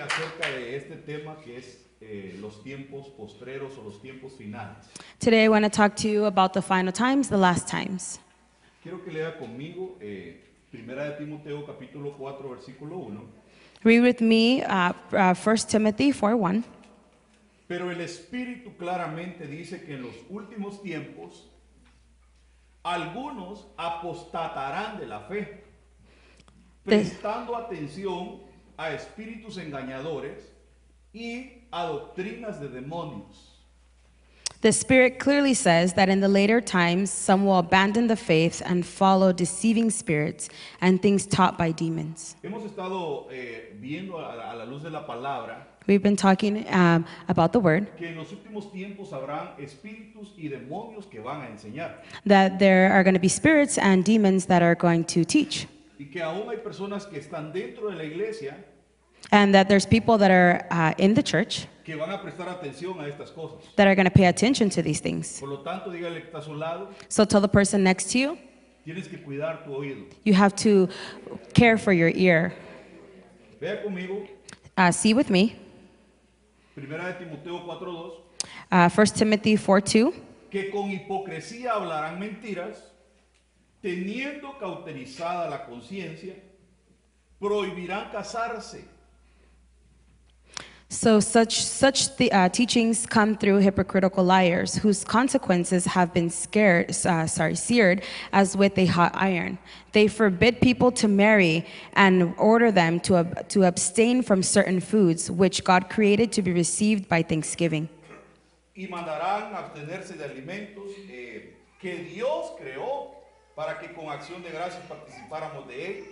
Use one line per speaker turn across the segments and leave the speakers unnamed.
acerca de este tema que es eh, los tiempos postreros o los tiempos finales.
Today, I want to talk to you about the final times, the last times.
Quiero que lea conmigo eh, Primera de Timoteo capítulo 4 versículo 1.
Read with me uh, uh, 1 Timothy 4 1.
Pero el Espíritu claramente dice que en los últimos tiempos algunos apostatarán de la fe, prestando atención a espíritus engañadores y a doctrinas de demonios.
The Spirit clearly says that in the later times, some will abandon the faith and follow deceiving spirits and things taught by demons.
Hemos estado eh, viendo a la- a la luz de la palabra
We've been talking um, about the Word,
que en los últimos tiempos habrán espíritus y demonios que van a enseñar
that there are going to be spirits and demons that are going to teach,
y que aún hay personas que están dentro de la iglesia
and that there's people that are uh, in the church
que van a prestar atención a estas cosas.
that are going to pay attention to these things.
Por lo tanto, dígale que está a su lado,
So tell the person next to you,
tienes que cuidar tu oído.
you have to care for your ear.
Vea conmigo,
Uh, see with me,
primera de Timoteo 4:2,
uh, 1 Timothy 4 2.
que con hipocresía hablarán mentiras, teniendo cauterizada la conciencia, prohibirán casarse
So such such the, uh, teachings come through hypocritical liars, whose consequences have been scared, uh, sorry, seared as with a hot iron. They forbid people to marry and order them to ab- to abstain from certain foods which God created to be received by Thanksgiving,
y mandarán a abstenerse de alimentos eh, que Dios creó para que con acción de gracias participáramos de ellos.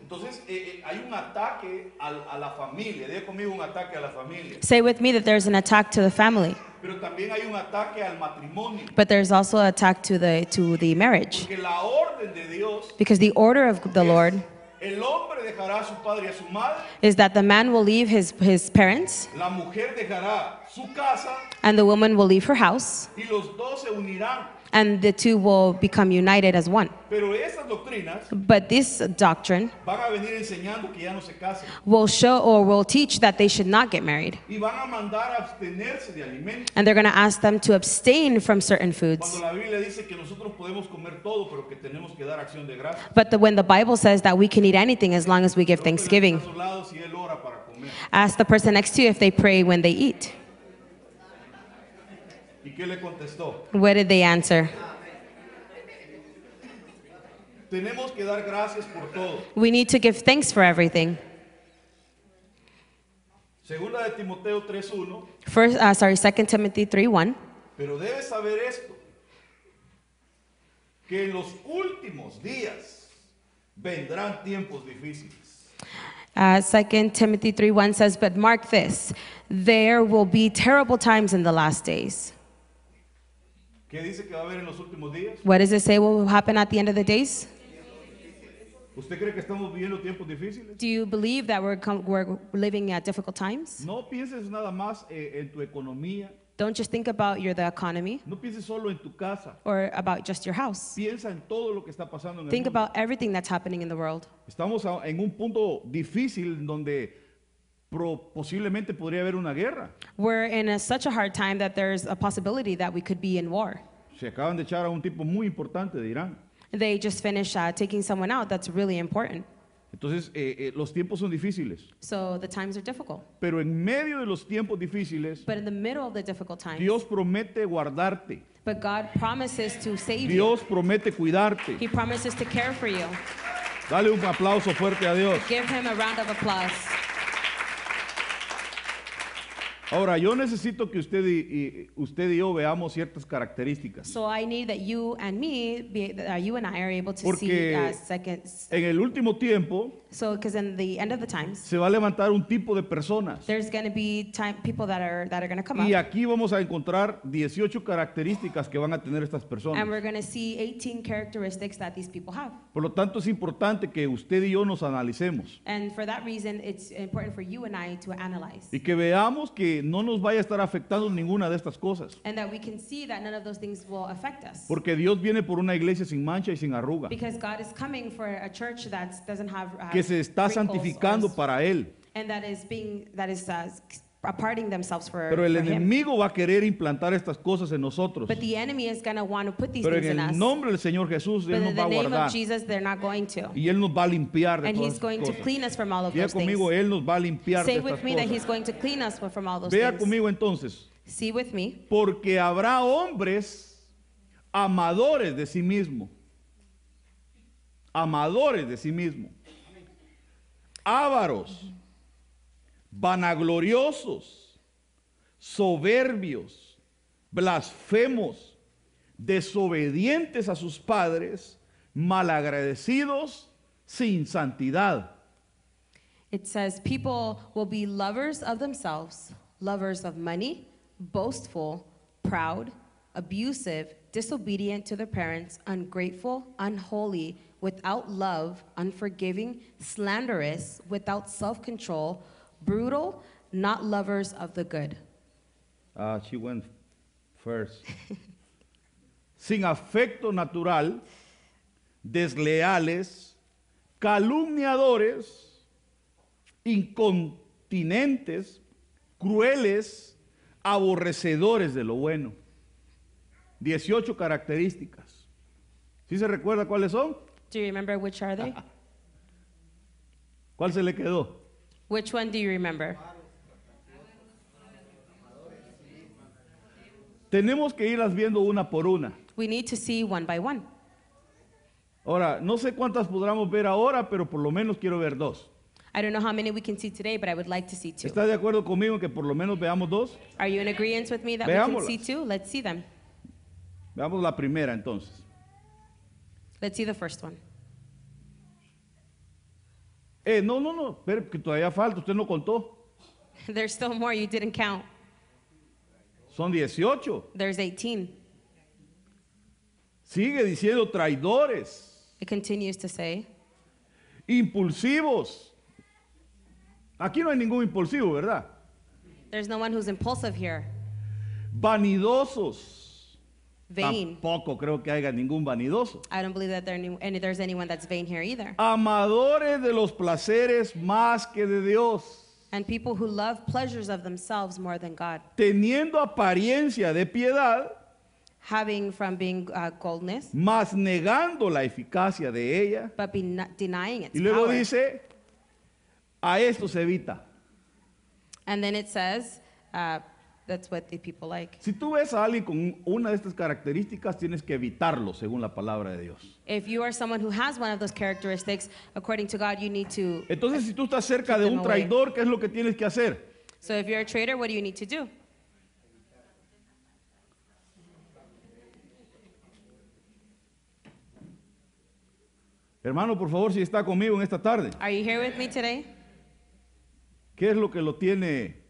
Entonces eh, eh, hay un ataque al- a, la familia, de conmigo un ataque a la familia,
say with me that there's an attack to the family,
pero también hay un ataque al matrimonio,
but there's also an attack to the to the marriage,
porque la orden de Dios,
because the order of the
es,
Lord
el hombre dejará a su padre y a su madre,
is that the man will leave his his parents
la mujer dejará su casa
and the woman will leave her house.
y los dos se unirán.
and the two will become united as one.
Pero esas doctrinas
But this doctrine
van a venir enseñando que ya no se casen
will show or will teach that they should not get married.
y van a mandar a abstenerse de alimentos.
And they're going to ask them to abstain from certain
Cuando
foods.
la Biblia dice que nosotros podemos comer todo, pero que tenemos que dar acción de gracias.
But the, when the Bible says that we can eat anything as long as we give
A
thanksgiving,
su lado si él ora para comer.
ask the person next to you if they pray when they eat.
¿Y qué le contestó?
What did they answer?
Tenemos que dar gracias por todo.
We need to give thanks for everything.
Segunda de Timoteo 3.1,
First, uh, sorry, 2 Timothy 3 1.
pero debes saber esto, que en los últimos días vendrán tiempos difíciles.
Uh, 2 Timothy 3 1 says, But mark this, there will be terrible times in the last days.
¿Qué dice que va a haber en los últimos días?
What does it say will happen at the end of the days?
¿Usted cree que estamos viviendo tiempos difíciles?
Do you believe that we're, com- we're living at difficult times?
No pienses nada más eh, en tu economía,
Don't just think about your the economy
no pienses solo en tu casa,
or about just your house.
Piensa en todo lo que está pasando en el
Think
mundo.
about everything that's happening in the world.
Estamos a- en un punto difícil donde pro- posiblemente podría haber una guerra.
We're in a, such a hard time that there's a possibility that we could be in war.
Se acaban de echar a un tipo muy importante de Irán.
They just finished uh, taking someone out that's really important.
Entonces, eh, eh, los tiempos son difíciles.
So the times are difficult.
Pero en medio de los tiempos difíciles,
But in the middle of the difficult times,
Dios promete guardarte.
but God promises to save
Dios promete cuidarte.
you. He promises to care for you.
Dale un aplauso fuerte a Dios.
Give him a round of applause.
Ahora, yo necesito que usted y, y- usted y yo veamos ciertas características.
So I need that you and me, be, uh, you and I, are able to see
Porque-
uh, second,
En el último tiempo,
So, because in the end of the times,
se va a levantar un tipo de personas.
there's going to be time people that are that are going to come
Y
up,
aquí vamos a encontrar 18 características que van a tener estas
and
personas.
we're going to see 18 characteristics that these people have.
Por lo tanto, es importante que usted y yo nos analicemos
And for that reason, it's important for you and I to analyze,
y que veamos que no nos vaya a estar afectando ninguna de estas cosas.
and that we can see that none of those things will affect us,
Porque Dios viene por una iglesia sin mancha y sin arruga,
because God is coming for a church that doesn't have uh,
que se está
wrinkles or-
santificando para Él.
and that is being that is uh, aparting themselves for,
Pero el
for him.
enemigo va a querer implantar estas cosas en nosotros.
But the enemy is going to want to put these
Pero
things in
en
us.
el nombre del Señor Jesús, Él
but in
nos va
the
a
name
guardar.
of Jesus, they're not going to.
Y Él nos va a limpiar de
And
todas
he's
estas
going to
cosas.
clean us from all of
Vea
those
conmigo,
things.
Él nos va a limpiar de
Say
estas
with me that he's
cosas.
going to clean us from all those
Vea
things.
conmigo entonces,
See with me.
porque habrá hombres amadores de sí mismo. Amadores de sí mismo. Ávaros, vanagloriosos, soberbios, blasfemos, desobedientes a sus padres, malagradecidos, sin santidad.
It says, People will be lovers of themselves, lovers of money, boastful, proud, abusive, disobedient to their parents, ungrateful, unholy, without love, unforgiving, slanderous, without self control, brutal, not lovers of the good.
Ah, she went first. Sin afecto natural, desleales, calumniadores, incontinentes, crueles, aborrecedores de lo bueno. 18 características. ¿Sí se recuerda cuáles son?
Do you remember which are they?
¿Cuál se le quedó?
which one do you remember?
Tenemos que irlas viendo una por una.
We need to see one by one.
Ahora, no sé cuántas podamos ver ahora, pero por lo menos quiero ver dos.
I don't know how many we can see today, but I would like to see two.
¿Está de acuerdo conmigo en que por lo menos veamos dos?
Are you in agreement with me that we can
Veámoslas.
see two? Let's see them.
Veamos la primera entonces.
Let's see the first one.
Eh, no, no, no, pero que todavía falta, usted no contó.
There's still more you didn't count.
Son 18.
There's 18.
Sigue diciendo traidores,
It continues to say,
impulsivos. Aquí no hay ningún impulsivo, ¿verdad?
There's no one who's impulsive here,
Vanidosos.
vain.
Tampoco creo que haya ningún vanidoso.
I don't believe that there any, any, there's anyone that's vain here either.
Amadores de los placeres más que de Dios,
And people who love pleasures of themselves more than God,
teniendo apariencia de piedad,
having from being uh, coldness,
mas negando la eficacia de ella.
but be not denying its
Y luego
power.
dice, a esto se evita.
And then it says, uh, that's what the people like.
Si tú ves a alguien con una de estas características, tienes que evitarlo, según la palabra de Dios.
If you are someone who has one of those characteristics, according to God, you need to.
Entonces, si tú estás cerca
Keep
de un
them away.
traidor, ¿qué es lo que tienes que hacer?
So if you're a traitor, what do you need to do?
Hermano, por favor, si está conmigo en esta tarde,
Are you here with me today?
¿qué es lo que lo tiene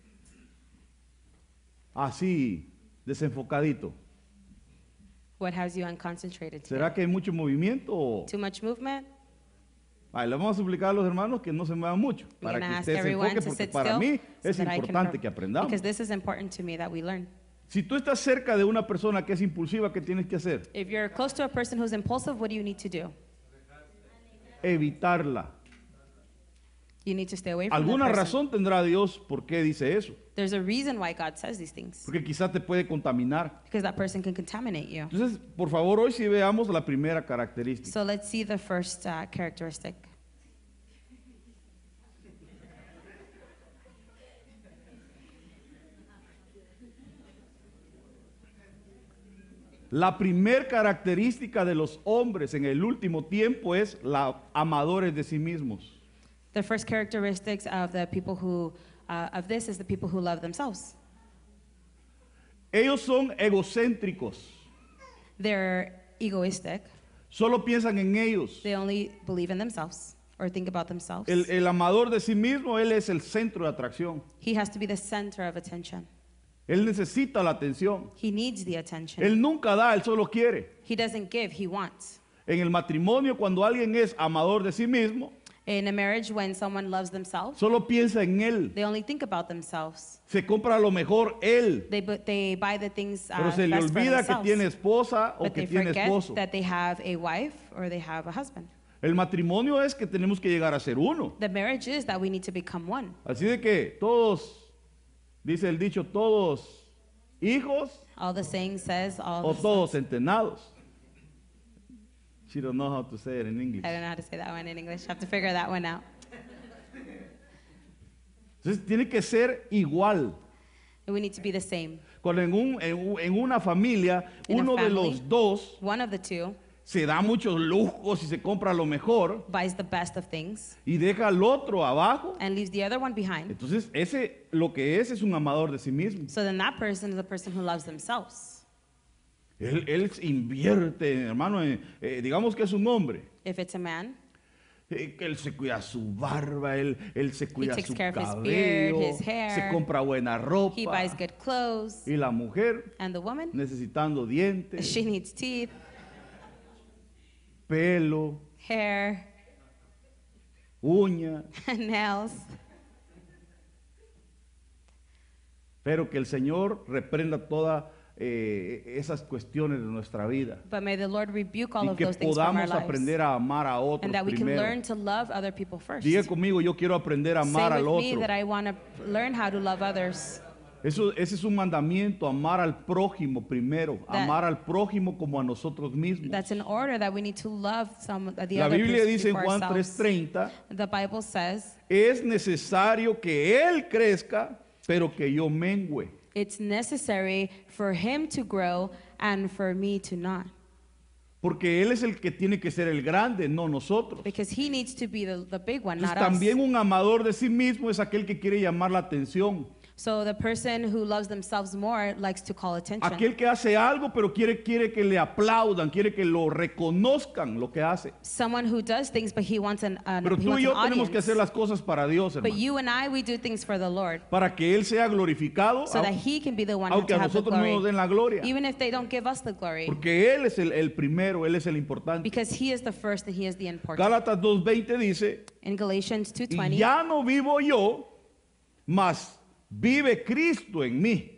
así desenfocadito?
What has you unconcentrated today?
¿Será que hay mucho movimiento? o-
Too much movement?
Ay, le vamos a suplicar a los hermanos que no se muevan mucho,
I'm
para
going to
que
ask
usted se
everyone
enfoque,
to
porque
sit
para
still.
mí
so
es
that I can
importante
pro-
que aprendamos.
Because this is important to me that we learn.
Si tú estás cerca de una persona que es impulsiva, ¿qué tienes que hacer?
If you're close to a person who's impulsive, what do you need to do?
Evitarla.
You need to stay away from that
Alguna
person.
razón tendrá Dios por qué dice eso.
There's a reason why God says these things.
Porque quizás te puede contaminar.
Because that person can contaminate you.
Entonces, por favor, hoy sí veamos la primera característica.
So let's see the first uh, characteristic.
La primera característica de los hombres en el último tiempo es la amadores de sí mismos.
The first characteristics of the people who, uh, of this is the people who love themselves.
Ellos son egocéntricos.
They're egoistic.
Solo piensan en ellos.
They only believe in themselves or think about themselves.
El, el amador de sí mismo, él es el centro de atracción.
he has to be the center of attention.
Él necesita la atención.
He needs the attention.
Él nunca da, él solo quiere.
he doesn't give, he wants.
En el matrimonio, cuando alguien es amador de sí mismo,
In a marriage, when someone loves themselves,
solo piensa en él.
they only think about themselves.
Se compra lo mejor él,
They, bu- they buy the things uh,
pero se le
best for
olvida que
themselves.
tiene esposa o
but
que
they
tiene
forget
esposo.
that they have a wife or they have a husband.
El matrimonio es que tenemos que llegar a ser uno.
The marriage is that we need to become one.
Así de que todos, dice el dicho, todos hijos
All the saying says, all
o
the-
todos centenados. She don't know how to say it in English.
I don't know how to say that one in English. I have to figure that one out.
Entonces tiene que ser igual.
We need to be the same.
Cuando en, un- en u- en una familia,
In a
uno de
family.
los dos
One of the two
se da muchos lujos y se compra lo mejor
buys the best of things
y deja al otro abajo.
and leaves the other one behind.
Entonces, ese lo que es es un amador de sí mismo.
So then that person is a person who loves themselves.
Él, él invierte, hermano, en- eh, digamos que es un hombre.
If it's a man,
Eh, que él se cuida su barba, él, él se cuida
takes
su
care of his
cabello,
beard, his hair.
se compra buena ropa.
he buys good clothes.
Y la mujer
And the woman,
necesitando dientes,
she needs teeth,
pelo,
hair,
uña,
nails.
pero que el Señor reprenda todas eh, esas cuestiones de nuestra vida
But may the Lord rebuke all
y
of
que
those things from our
podamos aprender
lives.
a amar a otros
And that we can
primero.
learn to love other people first.
Diga conmigo, yo quiero aprender a amar
Say
al
with me
otro.
that I want to learn how to love others.
Eso, ese es un mandamiento, amar al prójimo primero,
That-
amar al prójimo como a nosotros mismos.
That's an order that we need to love some the
La
other
Biblia
person
dice en
before
Juan
ourselves.
3:30,
The Bible says
es necesario que Él crezca, pero que yo mengüe.
it's necessary for him to grow and for me to not,
Porque Él es el que tiene que ser el grande, no nosotros.
because he needs to be the, the big one,
Entonces,
not
también
us.
un amador de sí mismo es aquel que quiere llamar la atención.
So the person who loves themselves more likes to call attention.
Aquel que hace algo, pero quiere, quiere que le aplaudan, quiere que lo reconozcan lo que hace.
Someone who does things, but he wants an, an,
Pero
he
tú y
wants an
yo tenemos
audience.
que hacer las cosas para Dios,
but
hermano.
you and I, we do things for the Lord,
Para que Él sea glorificado,
so
au-
that he can be the one
aunque
to
a
have the
nosotros no
glory,
nos den la gloria.
even if they don't give us the glory,
Porque Él es el, el primero, Él es el importante.
because he is the first and he is the important.
Gálatas 2.20 dice,
In Galatians
y
2:20.
ya no vivo yo, mas vive Cristo en mí.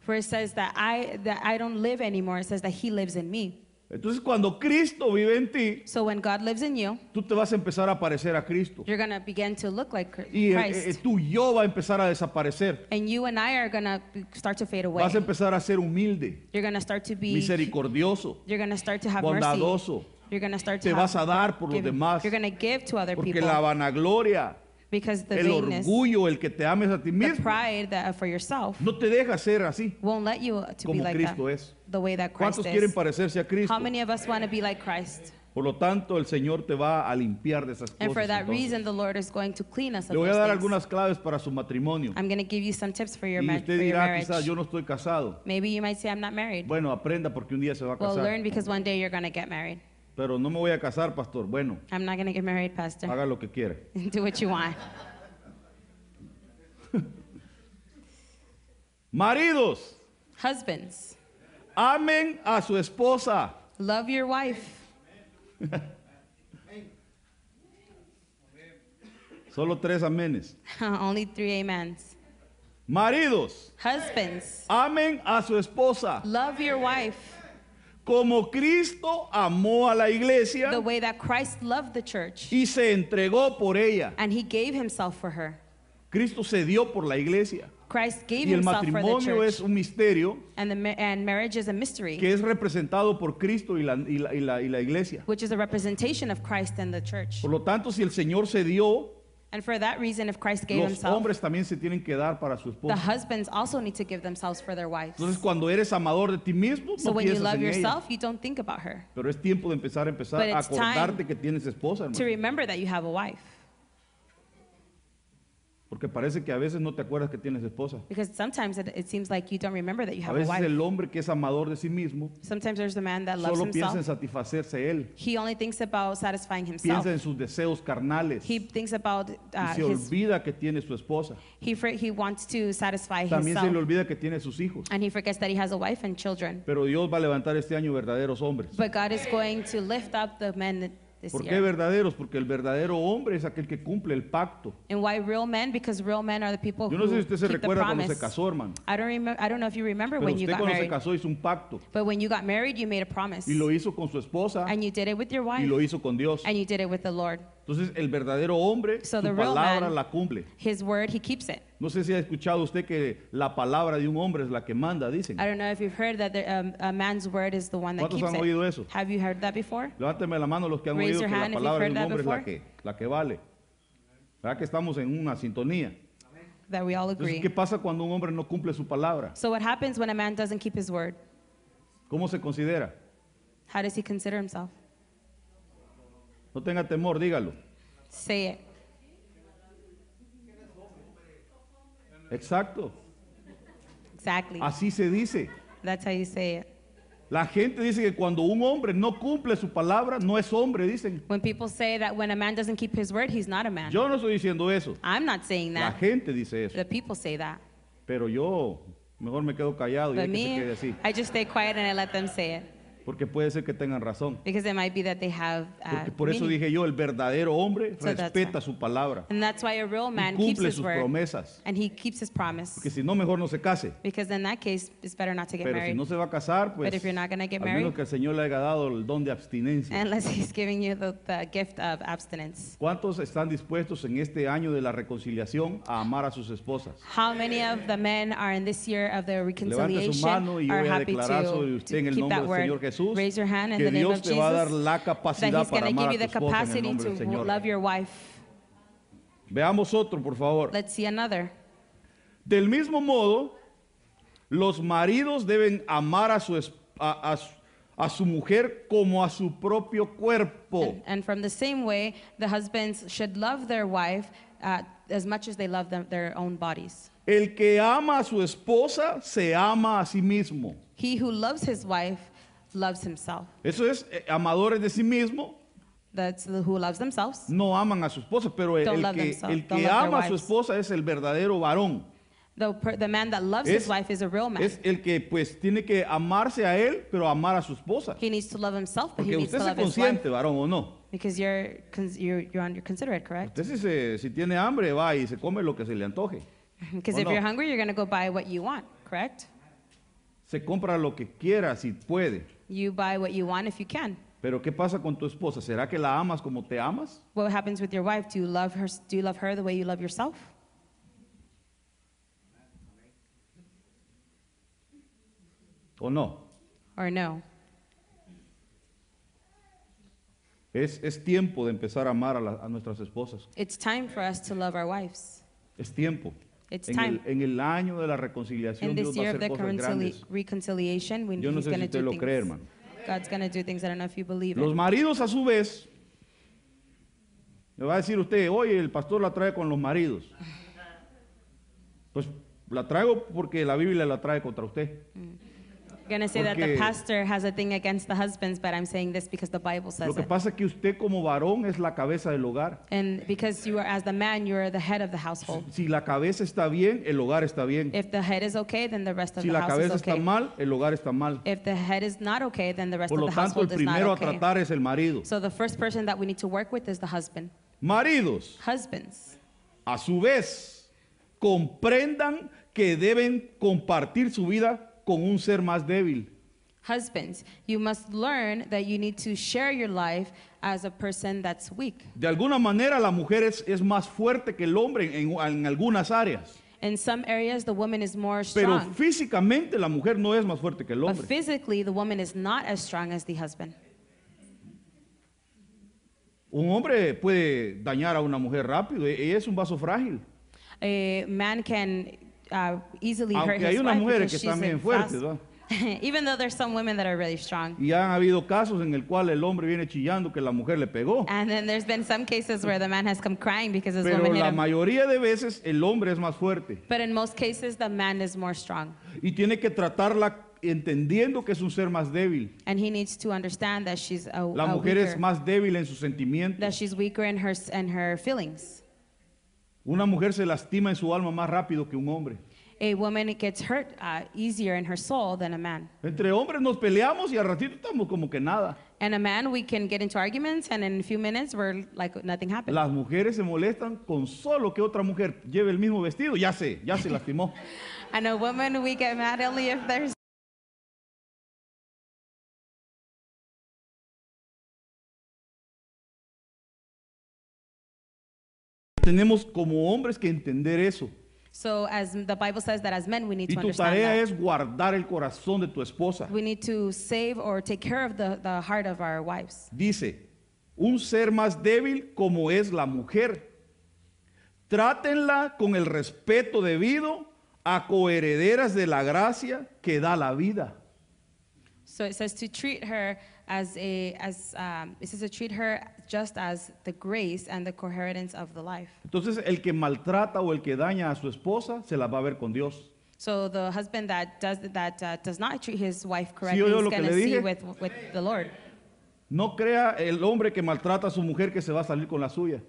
For it says that I that I don't live anymore. It says that He lives in me.
Entonces cuando Cristo vive en ti,
So when God lives in you,
tú te vas a empezar a parecer a Cristo.
you're gonna begin to look like Chr-
Y eh, eh,
Christ,
tu yo va a empezar a desaparecer.
and you and I are gonna be- start to fade away.
Vas a empezar a ser humilde,
You're gonna start to be.
misericordioso.
You're gonna start to have
bondadoso.
mercy. You're gonna start to
Te vas
have.
a dar por los
giving.
demás.
You're gonna give to other
Porque la
people
vanagloria,
because the
el
vainness,
orgullo, el que te ames a ti
the
mismo,
pride that for yourself
no te deja ser así.
won't let you uh, to be
Como
like
Cristo
that.
es.
The way that Christ
¿Cuántos quieren
is.
parecerse a Cristo?
How many of us want to be like Christ?
Por lo tanto, el Señor te va a limpiar de esas
And for
cosas.
that
entonces.
reason, the Lord is going to clean us. of
Le voy a
those
dar
things.
algunas claves para su matrimonio.
I'm going to give you some tips for your,
Y
mar- for
usted
your
dirá,
marriage.
quizás yo no estoy casado.
Maybe you might say, I'm not married.
Bueno, aprenda porque un día se va a
well, learn
casar.
because one day you're going to get married.
Pero no me voy a casar, pastor. Bueno,
I'm not going to get married, Pastor.
haga lo que quiera.
Do what you want.
Maridos,
Husbands,
amen a su esposa.
love your wife.
Solo tres amenes.
Only three amens.
Maridos,
Husbands,
amen a su esposa.
love your wife
Como Cristo amó a la iglesia
the way that Christ loved the church
y se entregó por ella.
and he gave himself for her.
Cristo se dio por la iglesia.
Christ gave
Y el
himself for the
matrimonio
church.
es un misterio
and, the, ma- and marriage is a mystery,
que es representado por Cristo y la, y la- y la- y la iglesia.
which is a representation of Christ and the church.
Por lo tanto, si el Señor se dio,
And for that reason, if Christ gave
los
himself,
hombres también se tienen que dar para su
The
esposa.
husbands also need to give themselves for their wives.
Entonces, cuando eres amador de ti mismo,
so
no
when you
piensas
love
en ella.
yourself, you don't think about her.
Pero es tiempo de empezar a empezar
But
a
it's time
acordarte que tienes esposa,
To
hermano.
remember that you have a wife.
Porque parece que a veces no te acuerdas que tienes esposa.
Because sometimes it, it seems like you don't remember that you
A
have a
veces
wife.
el hombre que es amador de sí mismo
sometimes there's the man that loves
solo piensa en
himself.
satisfacerse él,
He only thinks about satisfying himself.
piensa en sus deseos carnales
He thinks about uh,
y se
his,
olvida que tiene su esposa.
he, fr- he wants to satisfy
También se le
himself.
olvida que tiene sus hijos.
And he forgets that he has a wife and children.
Pero Dios va a levantar este año verdaderos hombres.
But God is going to lift up the men this
¿Por qué
year.
verdaderos? Porque el verdadero hombre es aquel que cumple el pacto.
And why real men? Because real men are the people
Yo no sé
Oh, who
si usted se
keep the
recuerda cuando se
promise.
casó, hermano.
I don't remember. I don't know if you remember
Pero
when you
usted
got
cuando se
married.
casó hizo un pacto
But when you got married, you made a promise,
y lo hizo con su esposa
and you did it with your
y
wife,
lo hizo con Dios.
and you did it with the Lord.
Entonces el verdadero hombre
So
su
the real
palabra
man-
la cumple.
His word, He keeps it.
No sé si ha escuchado usted que la palabra de un hombre es la que manda, dicen.
I don't know if you've heard that there, um, a man's word is the one that
¿Cuántos
keeps
han
it.
oído eso?
Have you heard that before?
Levánteme la mano los que han
Raise
oído que
your
la
hand if you've
palabra de
heard
un
that
hombre es la que,
before.
la que vale. ¿Verdad que estamos en una sintonía?
That we all
Entonces, ¿qué
agree.
pasa cuando un hombre no cumple su palabra?
So what happens when a man doesn't keep his word?
¿Cómo se considera?
How does he consider himself?
No tenga temor, dígalo.
Say it.
Exacto.
Exactly.
Así se dice.
That's how you say it.
La gente dice que cuando un hombre no cumple su palabra, no es hombre, dicen.
When people say that when a man doesn't keep his word, he's not a man.
Yo no estoy diciendo eso.
I'm not saying
La
that.
gente dice eso.
The people say that.
Pero yo mejor me quedo callado y
But
dejo que se quede
me,
así.
I just stay quiet and I let them say it.
Porque puede ser que tengan razón.
Because it might be that they have. Uh,
Porque por eso
meaning.
dije yo, el verdadero hombre
So that's
respeta
right.
su palabra
And that's why a real
y
man keeps
cumple
his
sus
word.
promesas.
And he keeps his promise.
Porque si no, mejor no se case.
Because in that case, it's better not to get
Pero si
married.
no se va a casar, pues
But if you're not gonna get
al menos
married-
que el Señor le haya dado el don de abstinencia.
Unless he's giving you the, the gift of abstinence.
¿Cuántos están dispuestos en este año de la reconciliación a amar a sus esposas?
How many of the men are in this year of the
Levante su
reconciliation
mano y yo
are
voy a
happy
declarar sobre
to,
usted
to
en el
keep
nombre
that
del
word?
Señor Jesús
Raise your hand in
que
the name
Dios
of
te va a dar
Jesus
la
that
capacidad
he's
para
going to
amar
give
a
you
tu esposa
the
en el
capacity
nombre
to
del Señor.
love your wife.
Veamos otro, por favor.
Let's see another.
Del mismo modo, los maridos deben amar a su, es- a, a su- a su mujer como a su propio cuerpo.
And, and from the same way, the husbands should love their wife uh, as much as they love them, their own bodies.
El que ama a su esposa se ama a sí mismo.
He who loves his wife loves himself.
Eso es, eh, amadores de sí mismo
That's the, who loves themselves.
no aman a su esposa, pero el,
Don't
el
love
que,
themselves.
el
Don't
que
love their
ama a su
wives.
esposa es el verdadero varón.
The, per, the man that loves
Es-
his wife is a real man.
Es el que pues tiene que amarse a él, pero amar a su esposa.
He needs to love himself, but he
Porque
needs
usted
to
se
love his wife.
consciente, varón, o no.
Because you're, cons- you're, you're, on, you're considerate, correct?
Usted si, se- si tiene hambre va y se come lo que se le antoje.
Because
¿O
if
no?
you're hungry, you're going to go buy what you want, correct?
Se compra lo que quiera si puede.
You buy what you want if you can.
Pero ¿qué pasa con tu esposa? ¿Será que la amas como te amas?
What happens with your wife? Do you love her, do you love her the way you love yourself?
¿O no?
Or no?
Es, es tiempo de empezar a amar a, la- a nuestras esposas.
It's time for us to love our wives.
Es tiempo.
It's
En el,
time.
en el año de la reconciliación
In
Dios
this
va a
year
hacer
of the
cosas
reconcili-
grandes.
reconciliation, when
Yo no
he's
sé
going
si
to
usted
do
lo cree,
things.
hermano.
God's going to do things. I don't know if you believe
Los
it.
maridos a su vez, me va a decir usted, oye, el pastor la trae con los maridos. Pues la traigo porque la Biblia la trae contra usted.
I'm going to say that the
Porque-
pastor has a thing against the husbands, but I'm saying this because the Bible
Lo
says
que
it.
pasa es que usted como varón es la cabeza del hogar.
And because you are, as the man, you are the head of the household.
Si la cabeza está bien, el hogar está bien.
If the head is okay, then the rest of
Si
the
la
house
cabeza
is
está
okay.
mal, el hogar está mal.
If the head is not okay, then the rest
Por
of
lo
the
tanto, el
household is not
primero a
okay.
tratar es el marido.
So the first person that we need to work with is the husband.
Maridos,
Husbands,
a su vez, comprendan que deben compartir su vida con un ser más débil.
husbands, you must learn that you need to share your life as a person that's weak.
De alguna manera la mujer es, es más fuerte que el hombre en, en algunas áreas,
In some areas, the woman is more
pero
strong,
físicamente la mujer no es más fuerte que el
but
hombre.
physically, the woman is not as strong as the husband.
Un hombre puede dañar a una mujer rápido, e- ella es un vaso frágil.
A man can uh, easily hurt
Aunque hay
his
unas
wife
mujeres
because
que
she's
están bien
in
fuertes,
fast-
¿va?
Even though there's some women that are really strong.
Y han habido casos en el cual el hombre viene chillando que la mujer le pegó,
And then there's been some cases where the man has come crying because his
pero
woman hit
la
him.
mayoría de veces el hombre es más fuerte
But in most cases, the man is more strong.
y tiene que tratarla entendiendo que es un ser más débil.
And he needs to understand that she's a,
La
a
mujer
weaker,
es más débil en sus
that
sentimientos.
she's weaker in her s- in her feelings.
Una mujer se lastima en su alma más rápido que un hombre.
a woman gets hurt uh, easier in her soul than a man.
Entre hombres nos peleamos y al ratito estamos como que nada.
And a man, we can get into arguments, and in a few minutes, we're like nothing happened.
Las mujeres se molestan con solo que otra mujer lleve el mismo vestido. Ya sé, ya se lastimó.
And a woman, we get mad only if there's
Tenemos como hombres que entender eso.
so, as the Bible says, that as men, we need
Y
to
tu
understand
tarea es
that.
guardar el corazón de tu esposa.
We need to save or take care of the, the heart of our wives.
Dice, un ser más débil como es la mujer. Trátenla con el respeto debido a coherederas de la gracia que da la vida.
So it says to treat her as a as um, it says to treat her just as the grace and the coherence of the life.
Entonces el que maltrata o el que daña a su esposa se la va a ver con Dios.
So the husband that does that uh, does not treat his wife correctly
oyó
is
lo que
going
le
to see
dije?
with with the Lord.
No crea el hombre que maltrata a su mujer que se va a salir con la suya.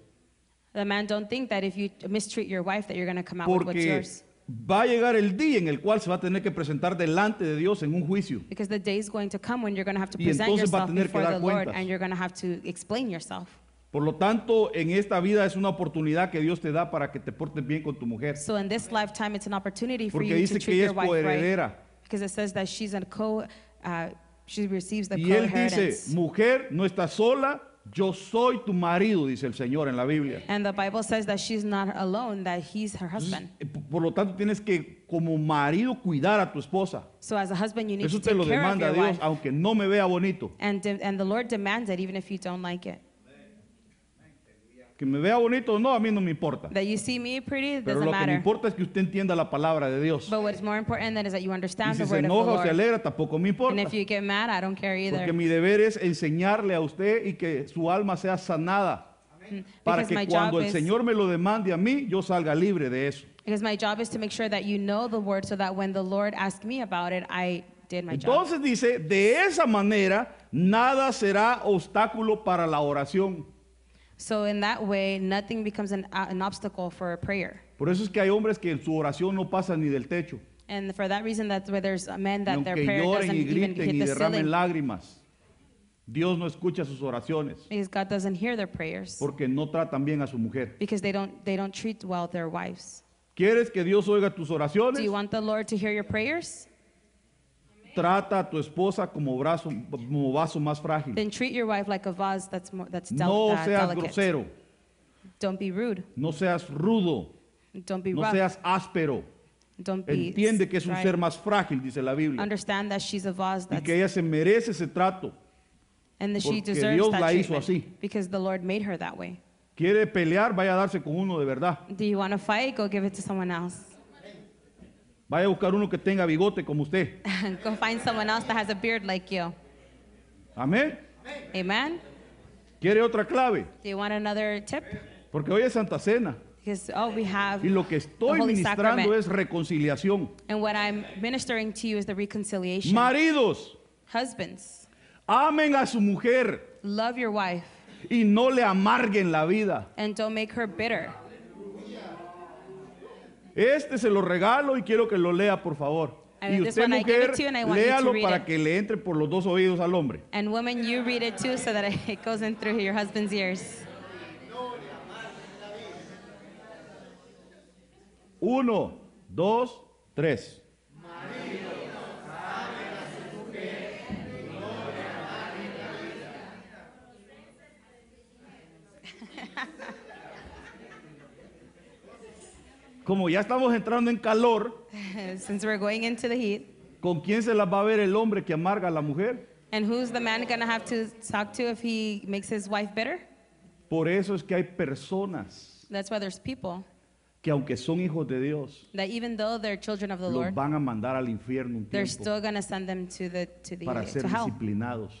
The man don't think that if you mistreat your wife that you're going to come out with what's
Porque
yours.
va a llegar el día en el cual se va a tener que presentar delante de Dios en un juicio.
Because the day is going to come when you're going to have to
Y
present
entonces va a
yourself
tener que
before
dar
the Lord
cuentas.
and you're going to have to explain yourself.
Por lo tanto, en esta vida es una oportunidad que Dios te da para que te portes bien con tu mujer.
So in this lifetime, it's an opportunity for
Porque
you
dice
to
que
treat
ella
your
es
wife
coheredera.
right. Because it says that she's a co, uh, she receives the
Y él dice,
co-inheritance.
mujer, no estás sola, yo soy tu marido, dice el Señor en la Biblia.
And the Bible says that she's not alone; that he's her husband.
Eh, p- Por lo tanto, tienes que como marido cuidar a tu esposa.
So as a husband, you need
Eso
to
te lo
take care of
demanda
your
Dios,
wife.
aunque no me vea bonito.
And de- and the Lord demands it, even if you don't like it.
Que me vea bonito o no, a mí no me importa.
That you see me pretty it
Pero
doesn't
lo que me
matter.
importa es que usted entienda la palabra de Dios.
But what's more important than is that you
Y
understand
si
the
se
word of the
enoja o se
Lord.
alegra, tampoco me
And
importa.
if you get mad, I don't care
Porque
either.
mi deber es enseñarle a usted y que su alma sea sanada. Para
Because
que
my
cuando
job
el
is
Señor me lo demande a mí, yo salga libre de eso.
because my job is to make sure that you know the word, so that when the Lord asked me about it, I did my job.
Entonces dice, de esa manera nada será obstáculo para la oración.
So in that way, nothing becomes an, uh, an obstacle for a prayer.
Por eso es que hay hombres que su oración no pasa ni del techo.
And for that reason, that's where there's men
Y
that their
aunque
prayer
lloren
doesn't
y
even
griten y
hit the
derramen
ceiling
lágrimas, Dios no escucha sus oraciones
because God doesn't hear their prayers
porque no tratan bien a su mujer.
because they don't they don't treat well their wives.
¿Quieres que Dios oiga tus
Do
oraciones?
you want the Lord to hear your prayers?
Trata a tu esposa como, brazo, como vaso más frágil.
Then treat your wife like a vase that's more, that's del-
No
uh,
seas
delicate.
grosero,
Don't be rude.
no seas rudo,
Don't be
no
rough.
seas áspero.
don't be
Entiende que es un
dry.
ser más frágil, dice la Biblia.
Understand that she's a vase
y
that's
que ella se merece ese trato.
and that she
porque
deserves
Dios
that
la hizo
treatment
así.
because the Lord made her that way.
Quiere pelear, vaya a darse con uno de verdad.
Do you want to fight? Go give it to someone else.
Vaya a buscar uno que tenga bigote como usted.
Go find someone else that has a beard like you.
Amén.
Amen.
Quiere otra clave,
Do you want another tip?
porque hoy es Santa Cena
Because oh, we have
y lo que
the
estoy
Holy
ministrando
Sacrament.
es reconciliación.
and what I'm ministering to you is the reconciliation.
Maridos,
Husbands,
amen a su mujer
love your wife
y no le amarguen la vida.
and don't make her bitter.
Este se lo regalo y quiero que lo lea, por favor.
I
Y
mean, this
usted,
one I gave
mujer,
it to you and I want you to
léalo
read
para
it.
que le entre por los dos oídos al hombre.
And women, you read it too, so that it goes in through your husband's ears.
Uno, dos, tres. Como ya estamos entrando en calor,
Since we're going into the heat,
¿con quién se las va a ver el hombre que amarga a la mujer?
and who's the man gonna have to talk to if he makes his wife bitter?
Por eso es que hay personas
That's why there's people
que aunque son hijos de Dios,
that even though they're children of the
los
Lord,
van a mandar al infierno un
they're
tiempo
still gonna send them to the to the
para ser
to hell
disciplinados.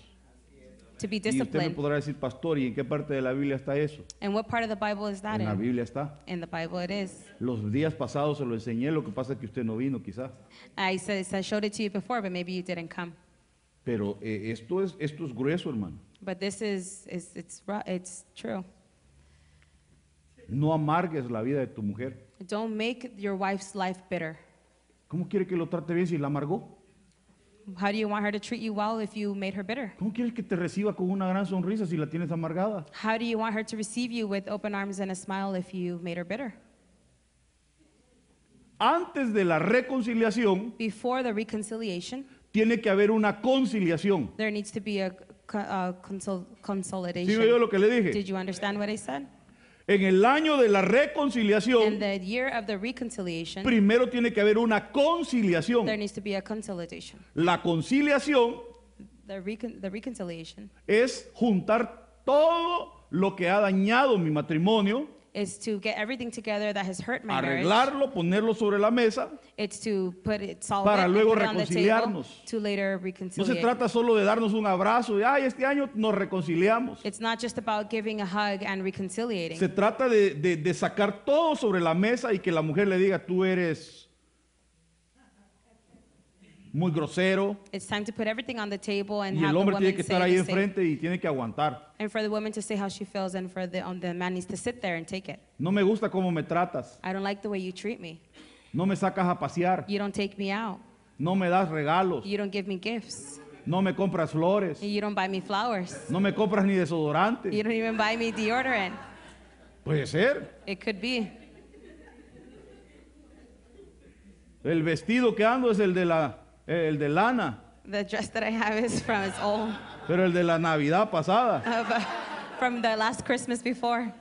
to
Y
be
usted me
disciplined.
podrá decir, pastor, ¿y en qué parte de la Biblia está eso?
And what part of the Bible is that
En la
in?
Biblia está.
In the Bible, it is.
Los días pasados se lo enseñé, lo que pasa es que usted no vino quizás.
I said I showed it to you before, but maybe you didn't come.
Pero eh, esto, es, esto es grueso, hermano.
But this is, is it's ru- it's true.
No amargues la vida de tu mujer.
Don't make your wife's life bitter.
¿Cómo quiere que lo trate bien si la amargó?
How do you want her to treat you well if you made her bitter?
¿Cómo quieres que te reciba con una gran sonrisa si la tienes amargada?
How do you want her to receive you with open arms and a smile if you made her bitter?
Antes de la reconciliación,
Before the reconciliation,
tiene que haber una conciliación.
there needs to be a, co- uh consol-
¿Sí me oyó
consolidation.
lo que le dije?
Did you understand what I said?
En el año de la
In
reconciliación,
the year of the reconciliation,
primero tiene que haber una conciliación.
there needs to be a consolidation.
La conciliación
The, recon- the reconciliation
es juntar todo lo que ha dañado mi matrimonio,
is to get everything together that has hurt my marriage.
arreglarlo, ponerlo sobre la mesa.
It's to put it, solve
Para
it, and
luego
put it on the table
reconciliarnos.
to later
No se
reconciliate.
trata solo de darnos un abrazo, de, ay, este año nos reconciliamos.
It's not just about giving a hug and reconciliating.
Se trata de, de- de sacar todo sobre la mesa y que la mujer le diga, tú eres muy grosero.
It's time to put everything on the table and
Y el
have the
hombre tiene
woman
que
say
estar ahí
the same-
enfrente y tiene que aguantar.
and for the woman to say how she feels, and for the on the man needs to sit there and take it.
No me gusta cómo me tratas.
I don't like the way you treat me.
No me sacas a pasear.
You don't take me out.
No me das regalos.
You don't give me gifts.
No me compras flores.
You don't buy me flowers.
No me compras ni desodorante.
You don't even buy me deodorant.
Puede ser.
It could be.
El vestido que ando es el de la eh, el de lana,
The dress that I have is from its old,
pero el de la Navidad pasada.
of, uh, from the last Christmas before.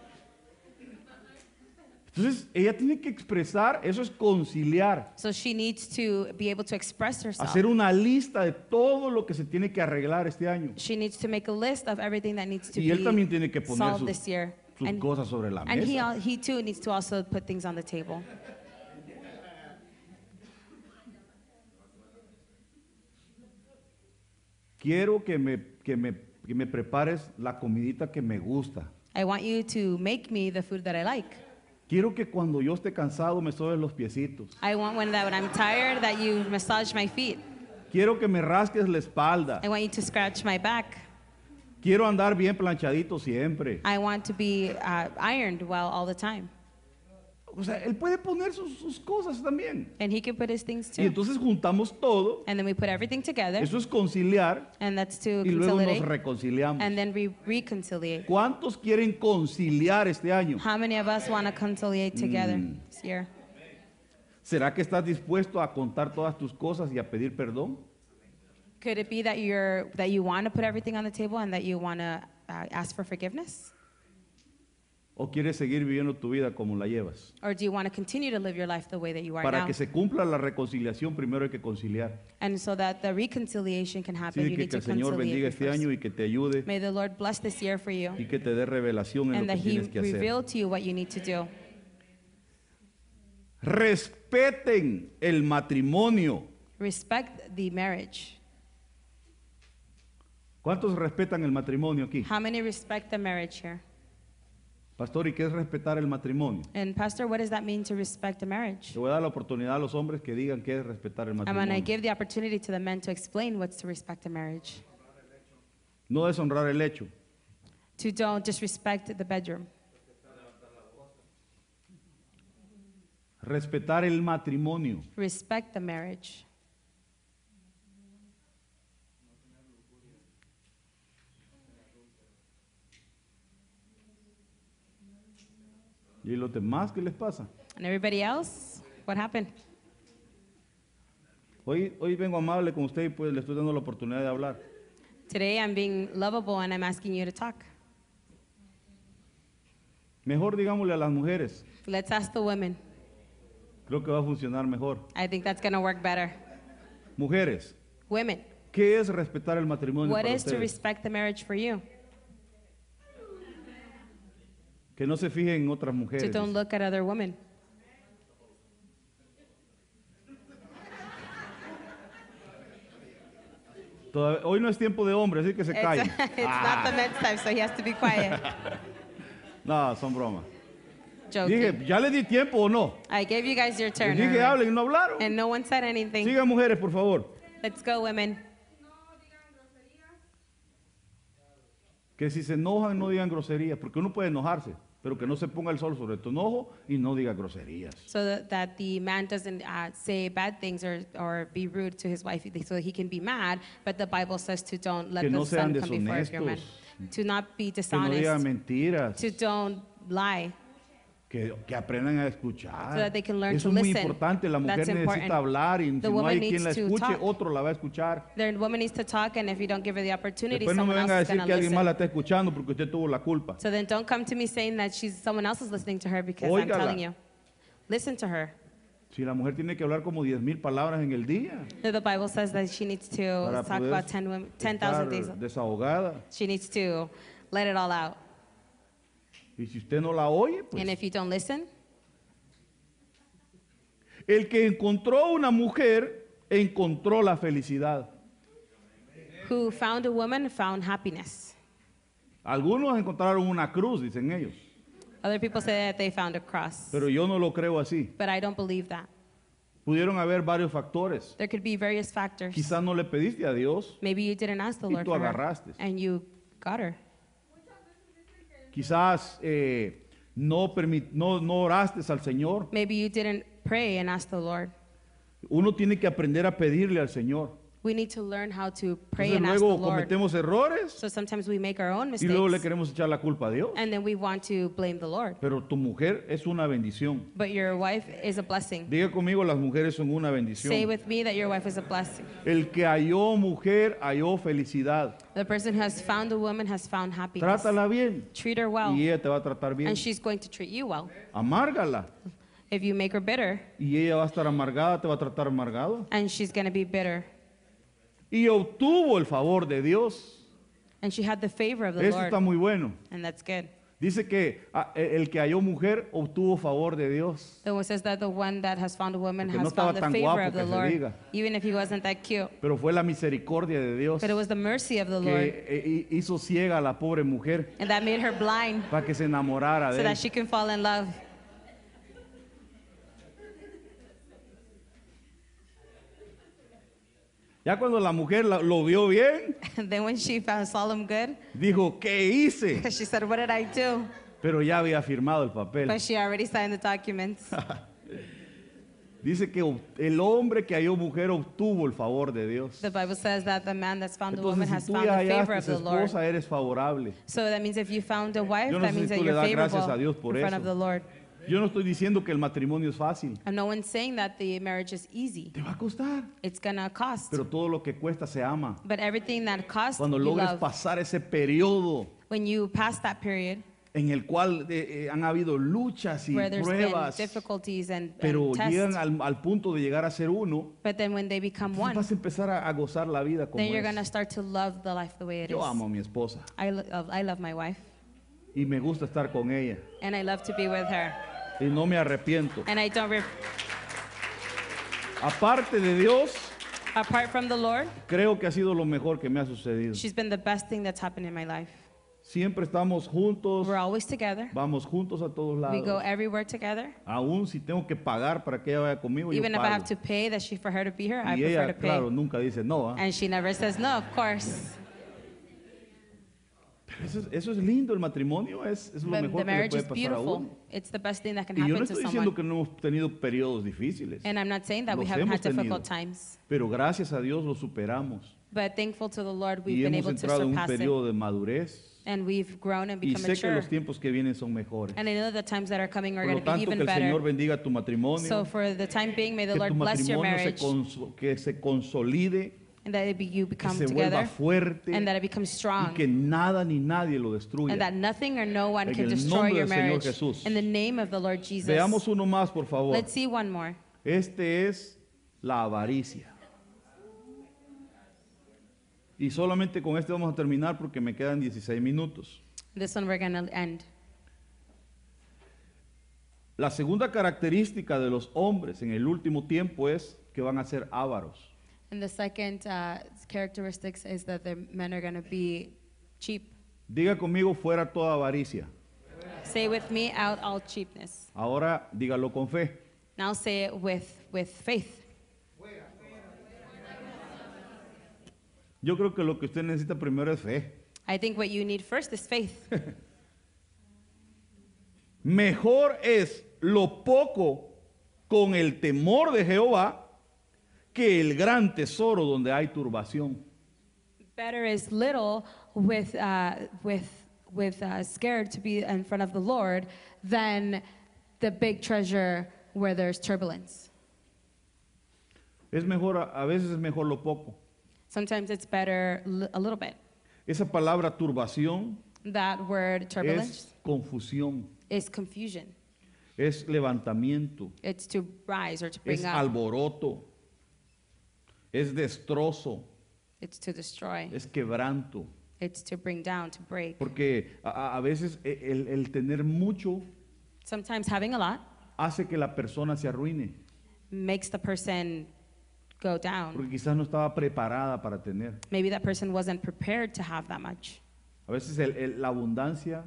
Entonces, ella tiene que expresar, eso es conciliar,
So she needs to be able to express herself.
hacer una lista de todo lo que se tiene que arreglar este año.
She needs to make a list of everything that needs to
Y él
be
también tiene que poner
solved
sus-
this year.
Sus
and
cosas sobre la
and he,
mesa.
al- he too needs to also put things on the table.
Quiero que me, que me- que me prepares la comidita que me gusta.
I want you to make me the food that I like.
Quiero que cuando yo esté cansado me sobes los piecitos.
I want when that when I'm tired that you massage my feet.
Quiero que me rasques la espalda.
I want you to scratch my back.
Quiero andar bien planchadito siempre.
I want to be uh, ironed well all the time.
O sea, él puede poner sus, sus cosas también.
And he can put his things
Y
too.
entonces juntamos todo.
And then we put everything together.
Eso es conciliar
And that's to
y luego nos
consolidate.
reconciliamos.
And then we reconciliate.
¿Cuántos quieren conciliar este año?
How many of us want to conciliate together
Mm.
this year?
¿Será que estás dispuesto a contar todas tus cosas y a pedir perdón?
Could it be that you're that you want to put everything on the table and that you want to uh, ask for forgiveness,
¿O quieres seguir viviendo tu vida como la llevas?
or do you want to continue to live your life the way that you are
Para
now?
que se cumpla la reconciliación, primero hay que conciliar.
And so that the reconciliation can happen,
Así
you
que,
need
que
to
el Señor
conciliate
bendiga este
first.
año y que te ayude
May the Lord bless this year for you,
y que te dé revelación en
and
lo
that
que
He
tienes que hacer.
reveal to you what you need to do.
Respeten el matrimonio.
Respect the marriage.
¿Cuántos respetan el matrimonio aquí?
How many respect the marriage here?
Pastor, ¿y qué es respetar el matrimonio?
And Pastor, what does that mean to respect the marriage?
Le voy a dar la oportunidad a los hombres que digan qué es respetar el
I'm going to
matrimonio.
give the opportunity to the men to explain what's to respect the marriage.
No deshonrar el hecho.
To don't disrespect the bedroom.
Respetar el matrimonio.
Respect the marriage.
¿Y los demás qué les pasa?
And everybody else, what happened?
Hoy, hoy vengo amable con usted y pues le estoy dando la oportunidad de hablar.
Today I'm being lovable and I'm asking you to talk.
Mejor digámosle a las mujeres.
Let's ask the women.
Creo que va a funcionar mejor.
I think that's going to work better.
Mujeres,
Women,
¿qué es respetar el matrimonio
what
para
is to
ustedes?
respect the marriage for you?
Que no se fijen en otras
To
mujeres.
don't look at other women.
Todav- hoy no es tiempo de hombres, así que se
It's,
callen.
it's
Ah,
not the men's time, so he has to be quiet.
no, son bromas.
Joking.
Dije, ¿ya les di tiempo o no?
I gave you guys your
Les
turn.
dije, hablen
alright.
y no hablaron.
And no one said anything.
Sigan mujeres, por favor.
Let's go, women.
Que si se enojan no digan groserías, porque uno puede enojarse. pero que no se ponga el sol sobre tu enojo y no diga groserías.
so that, that the man doesn't uh, say bad things or, or be rude to his wife so that he can be mad. But the Bible says to don't let
Que no
the sun
sean
come before your man.
deshonestos.
To not be
Que no diga
dishonest.
mentiras,
to don't lie.
que, que aprendan a escuchar.
So that they can learn
Eso
to
es muy
listen.
importante, la mujer
That's
necesita
important.
hablar y si
The
no
woman
hay quien la
needs to
escuche,
talk.
otro la va a escuchar.
The woman needs to talk, and if you don't give her the opportunity,
Después no me
someone
venga a
else is
decir
going
que
to
alguien más
listen.
la está escuchando porque usted tuvo la culpa.
So then don't come to me saying that she's someone else is listening to her because I'm
Óigala.
telling you. Listen to her.
Si la mujer tiene que hablar como 10 mil palabras en el día
The Bible says that she needs to
para
talk
poder
about 10 women, 10,000 things.
estar desahogada.
She needs to let it all out.
Y si usted no la oye, pues
And if you don't listen,
el que encontró una mujer encontró la felicidad.
who found a woman found happiness.
Algunos encontraron una cruz, dicen ellos,
Other people say that they found a cross,
pero yo no lo creo así.
but I don't believe that.
Pudieron haber varios factores.
There could be various factors.
Quizás no le pediste a Dios,
Maybe you didn't ask the
Y
Lord
tú
for her,
agarraste.
and you got her.
quizás eh, no, permi- no, no oraste al Señor.
Maybe you didn't pray and ask the Lord.
Uno tiene que aprender a pedirle al Señor.
We need to learn how to pray
Entonces
and ask the
luego
Lord.
cometemos errores
So sometimes we make our own
y luego le
mistakes,
queremos echar la culpa a Dios.
and then we want to blame the Lord.
Pero tu mujer es una bendición.
But your wife is a blessing.
Diga conmigo, las mujeres son una
Say
bendición.
with me that your wife is a blessing.
El que halló mujer, halló felicidad.
The person who has found a woman has found happiness.
Trátala bien
Treat her well,
y ella te va a tratar bien.
and she's going to treat you well.
Amárgala
If you make her bitter,
y ella va a estar amargada, te va a tratar amargado.
and she's going to be bitter.
Y obtuvo el favor de Dios.
And she had the favor of the
Eso está
Lord,
muy bueno.
and that's good.
Dice que ah, eh, el que halló mujer obtuvo favor de Dios.
The one says that the one that has found a woman
Porque
has
no estaba
found the
tan
favor
guapo
of the
que se
Lord,
diga.
even if he wasn't that cute.
Pero fue la misericordia de Dios
But it was the mercy of the Lord,
que eh, hizo ciega a la pobre mujer
and that made her blind
para que se enamorara
so
de
that
él.
she can fall in love.
Ya cuando la mujer la- lo vio bien,
And then when she found Solomon good,
dijo, ¿qué hice?
she said, What did I do?
Pero ya había firmado el papel.
But she already signed the documents.
Dice que ob- el hombre que halló mujer obtuvo el favor de Dios.
The Bible says that the man that's found a woman
Entonces,
has
si tú
found
ya
the favor
hallaste
of the Lord.
esposa, eres favorable.
So that means if you found a wife,
Yo no sé
that
si
means
tú
that
le
you're
das gracias
favorable
a Dios por
in front
eso.
of the Lord.
Yo no estoy diciendo que el matrimonio es fácil.
I'm not one saying that the marriage is easy.
Te va a costar.
It's gonna cost.
Pero todo lo que cuesta se ama.
But everything that costs,
Cuando
you
logres
love.
pasar ese periodo
When you pass that period
en el cual eh, eh, han habido luchas y
where there's been
pruebas,
difficulties and, and
pero llegan
tests,
al, al punto de llegar a ser uno,
but then when they become
entonces
one,
vas a empezar a, a gozar la vida como
then you're gonna
es.
start to love the life the way it is.
Yo amo a mi esposa
I, lo- I love my wife,
y me gusta estar con ella
and I love to be with her,
y no me arrepiento.
and I don't. Re-
Aparte de Dios,
apart from the Lord,
creo que ha sido lo mejor que me ha sucedido.
she's been the best thing that's happened in my life.
Siempre estamos juntos,
We're always together.
vamos juntos a todos
We go
lados.
everywhere together.
Aún si tengo que pagar para que ella vaya conmigo, yo
Even if I
pago.
have to pay that she for her to be here, I
Y
prefer to
ella,
pay.
claro, nunca dice no. ¿ah?
And she never says no, of course.
Pero Eso, es, eso es lindo, el matrimonio es, es lo
But
mejor que
the
le
marriage
puede
is
pasar a
beautiful.
uno.
It's the best thing that can
Y yo no
happen to
estoy diciendo
someone.
que no hemos tenido periodos difíciles,
And I'm not saying that we
Los
haven't
hemos
had difficult
tenido.
times,
pero gracias a Dios lo superamos.
but thankful to the Lord we've
Y
been
hemos
able to
entrado en un
surpass it.
periodo de madurez.
And we've grown and
Y
become
sé que
mature.
los tiempos que vienen son mejores.
And I know the times that are coming are
Por
going
lo
to be
tanto, que el
even
Señor
better.
bendiga tu matrimonio,
So for the time being, may the
que tu
Lord bless your
matrimonio se
marriage
cons- que se consolide,
and that it be, you
que
become
se vuelva
together
fuerte
and that it becomes
y
strong
que nada ni nadie lo
and
destruya.
that nothing or no one
En
can
el
destroy
nombre
your
del Señor
marriage.
Jesús.
In the name of the Lord Jesus.
Veamos uno más, por favor.
Let's see one more.
Este es la avaricia. Y solamente con este vamos a terminar porque me quedan 16 minutos.
This one we're going to end.
La segunda característica de los hombres en el último tiempo es que van a ser ávaros.
And the second uh, characteristics is that the men are going to be cheap.
Diga conmigo fuera toda avaricia.
Say with me, out all cheapness.
Ahora dígalo con fe.
Now say it with, with faith.
Yo creo que lo que usted necesita primero es fe.
I think what you need first is faith.
Mejor es lo poco con el temor de Jehová que el gran tesoro donde hay turbación.
Better is little with, uh, with, with uh, scared to be in front of the Lord than the big treasure where there's turbulence.
Es mejor, a- a veces es mejor lo poco.
Sometimes it's better l- a little bit.
Esa palabra turbación
That word turbulence
es confusión,
is confusion.
es levantamiento,
It's to rise or to bring
es
up.
alboroto, es destrozo,
It's to destroy.
es quebranto.
It's to bring down, to break.
Porque a, a- a veces e- el, el tener mucho
Sometimes having a lot
hace que la persona se arruine,
makes the person go down.
porque quizás no estaba preparada para tener.
Maybe that person wasn't prepared to have that much.
A veces el- el- la abundancia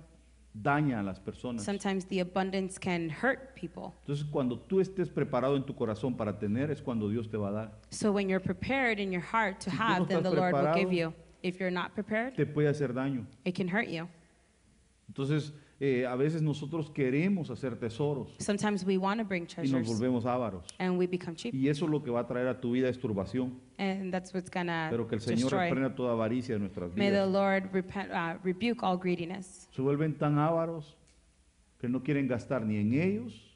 daña a las personas.
Sometimes the abundance can hurt people.
Entonces cuando tú estés preparado en tu corazón para tener es cuando Dios te va a dar.
So when you're prepared in your heart to
Si tú
have,
no
then
estás
the Lord will give
preparado,
you. If you're not prepared,
Te puede hacer daño.
it can hurt you.
Entonces eh, a veces nosotros queremos hacer tesoros
Sometimes we want to bring
y nos
treasures
volvemos ávaros.
and we become cheap.
Y eso es lo que va a traer a tu vida es turbación.
And that's what's going
Pero que
to
el Señor
destroy.
reprenda toda avaricia de nuestras
May the
vidas.
Lord repent, uh, rebuke all greediness.
Se vuelven tan ávaros que no quieren gastar ni en ellos,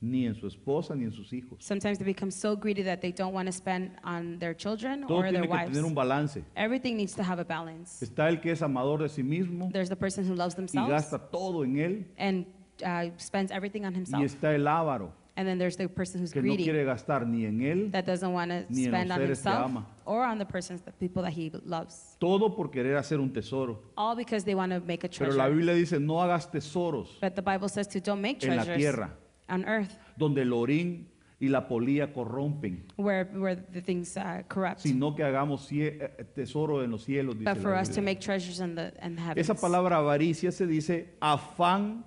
ni en su esposa, ni en sus hijos.
Sometimes they become so greedy that they don't want to spend on their children
Todo
or
tiene
their
que
wives.
tener un balance.
Everything needs to have a balance.
Está el que es amador de sí mismo
There's the person who loves
y
themselves
gasta todo en él.
and uh, spends everything on
Y
himself.
está el avaro
And then there's the person who's
que no
greedy
quiere gastar ni en él,
that doesn't want to
ni en los
spend on
seres que
himself
ama.
or on the persons, the people that he loves.
todo por querer hacer un tesoro.
All because they want to make a
Pero la
treasure.
Biblia dice, no hagas tesoros
But the Bible says to don't make
en la
treasures
tierra.
on earth
donde el orín y la polía corrompen,
where, where the things uh, corrupt.
sino que hagamos cie- eh, tesoro en los cielos. dice
But
la
for us to
Biblia.
make treasures in the in the heavens.
Esa palabra avaricia se dice afán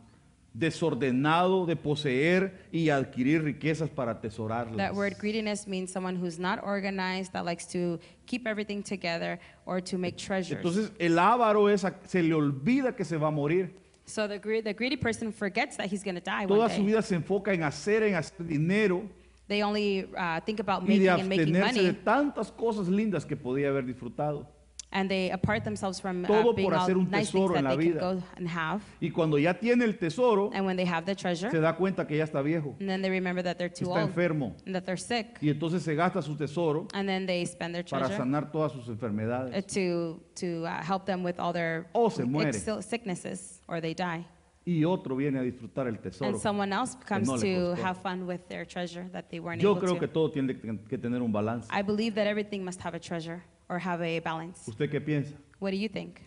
desordenado de poseer y adquirir riquezas para atesorarlas.
That word greediness means someone who's not organized, that likes to keep everything together or to make treasures.
Entonces el avaro es, a- se le olvida que se va a morir.
so the, gre- the greedy person forgets that he's going to die
Toda
one
su
day.
vida se enfoca en hacer, en hacer dinero
They only uh, think about
y de
making and making
abstenerse de
money,
tantas cosas lindas que podía haber disfrutado.
and they apart themselves from uh,
Todo
being
por
all
hacer un
nice things
tesoro en
that
la
they can
vida.
go and have.
Y cuando ya tiene el tesoro,
And when they have the
se
treasure,
da cuenta que ya está viejo,
and then they remember that they're too
está
old
enfermo.
and that they're sick,
Y entonces se gasta su tesoro
and then they spend their
para
treasure
sanar todas sus
uh,
enfermedades.
to to uh, help them with all their
O se muere.
ex- sicknesses, or they die.
Y otro viene a disfrutar el tesoro.
And someone else comes
no le
to
costó.
have fun with their treasure that they weren't
Yo
able
creo
to.
que todo tiene que que tener un balance.
I believe that everything must have a treasure or have a balance.
¿Usted qué piensa?
What do you think?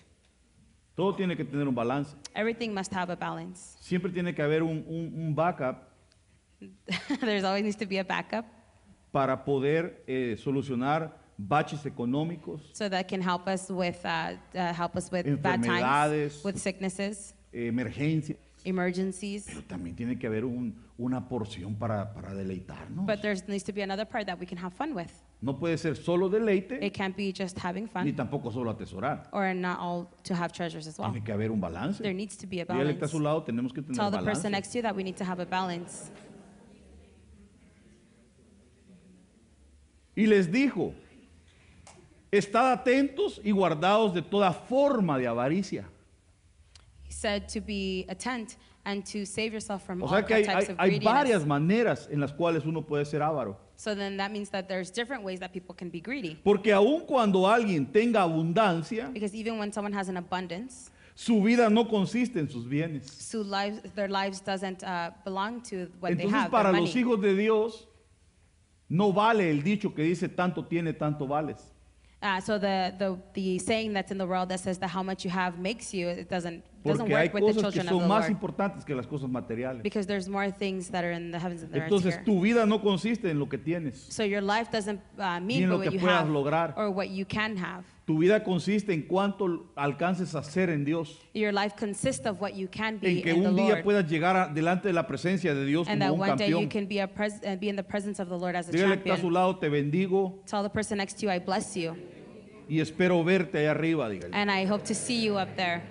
Todo tiene que tener un balance.
Everything must have a balance.
Siempre tiene que haber un, un- un backup
There's always needs to be a backup
para poder eh, solucionar baches económicos,
so that can help us with uh, uh, help us with bad times,
Enfermedades.
with sicknesses,
eh, emergencias.
emergencies.
Pero también tiene que haber un- una porción para, para deleitarnos.
But there needs to be another part that we can have fun with.
No puede ser solo deleite
It can't be just having
ni
fun
tampoco solo atesorar.
or not all to have treasures as well.
Tiene que haber un
There
balance.
needs to be a
Y él está a
balance.
su lado, tenemos que tener
Tell the
balance.
person next to you that we need to have a balance.
Y les dijo, estad atentos y guardados de toda forma de avaricia.
He said to be attent and to save yourself from
O
all
sea que hay,
types
hay-
of
hay
greediness.
varias maneras en las cuales uno puede ser avaro.
So then that means that there's different ways that people can be greedy.
Porque aun cuando alguien tenga abundancia,
Because even when someone has an abundance,
su vida no consiste en sus bienes.
so lives, their lives doesn't uh, belong to what they
Entonces
have, their
para
money.
los hijos de Dios no vale el dicho que dice tanto tiene, tanto vales.
Uh, so the, the, the saying that's in the world that says that how much you have makes you, it doesn't, doesn't
Porque hay
work with the
cosas que
children of the
son más
Lord.
importantes que las cosas materiales.
Because there's more things that are in the heavens than there is
Entonces
here.
tu vida no consiste en lo que tienes.
So your life doesn't uh,
Ni en
mean
lo
what
que
you
puedas
have
lograr.
or what you can have.
Tu vida consiste en cuánto alcances a ser en Dios.
Your life consists of what you can
en
be
que
in the
un día
Lord.
puedas llegar a- delante de la presencia de Dios
and
como
that
un
one day you
campeón.
can be, a pres- uh, be in the presence of the Lord as a
Dígale que está a su
champion.
lado, te bendigo
Tell the person next to you, I bless you,
y espero verte allá arriba, dígale.
and I hope to see you up there.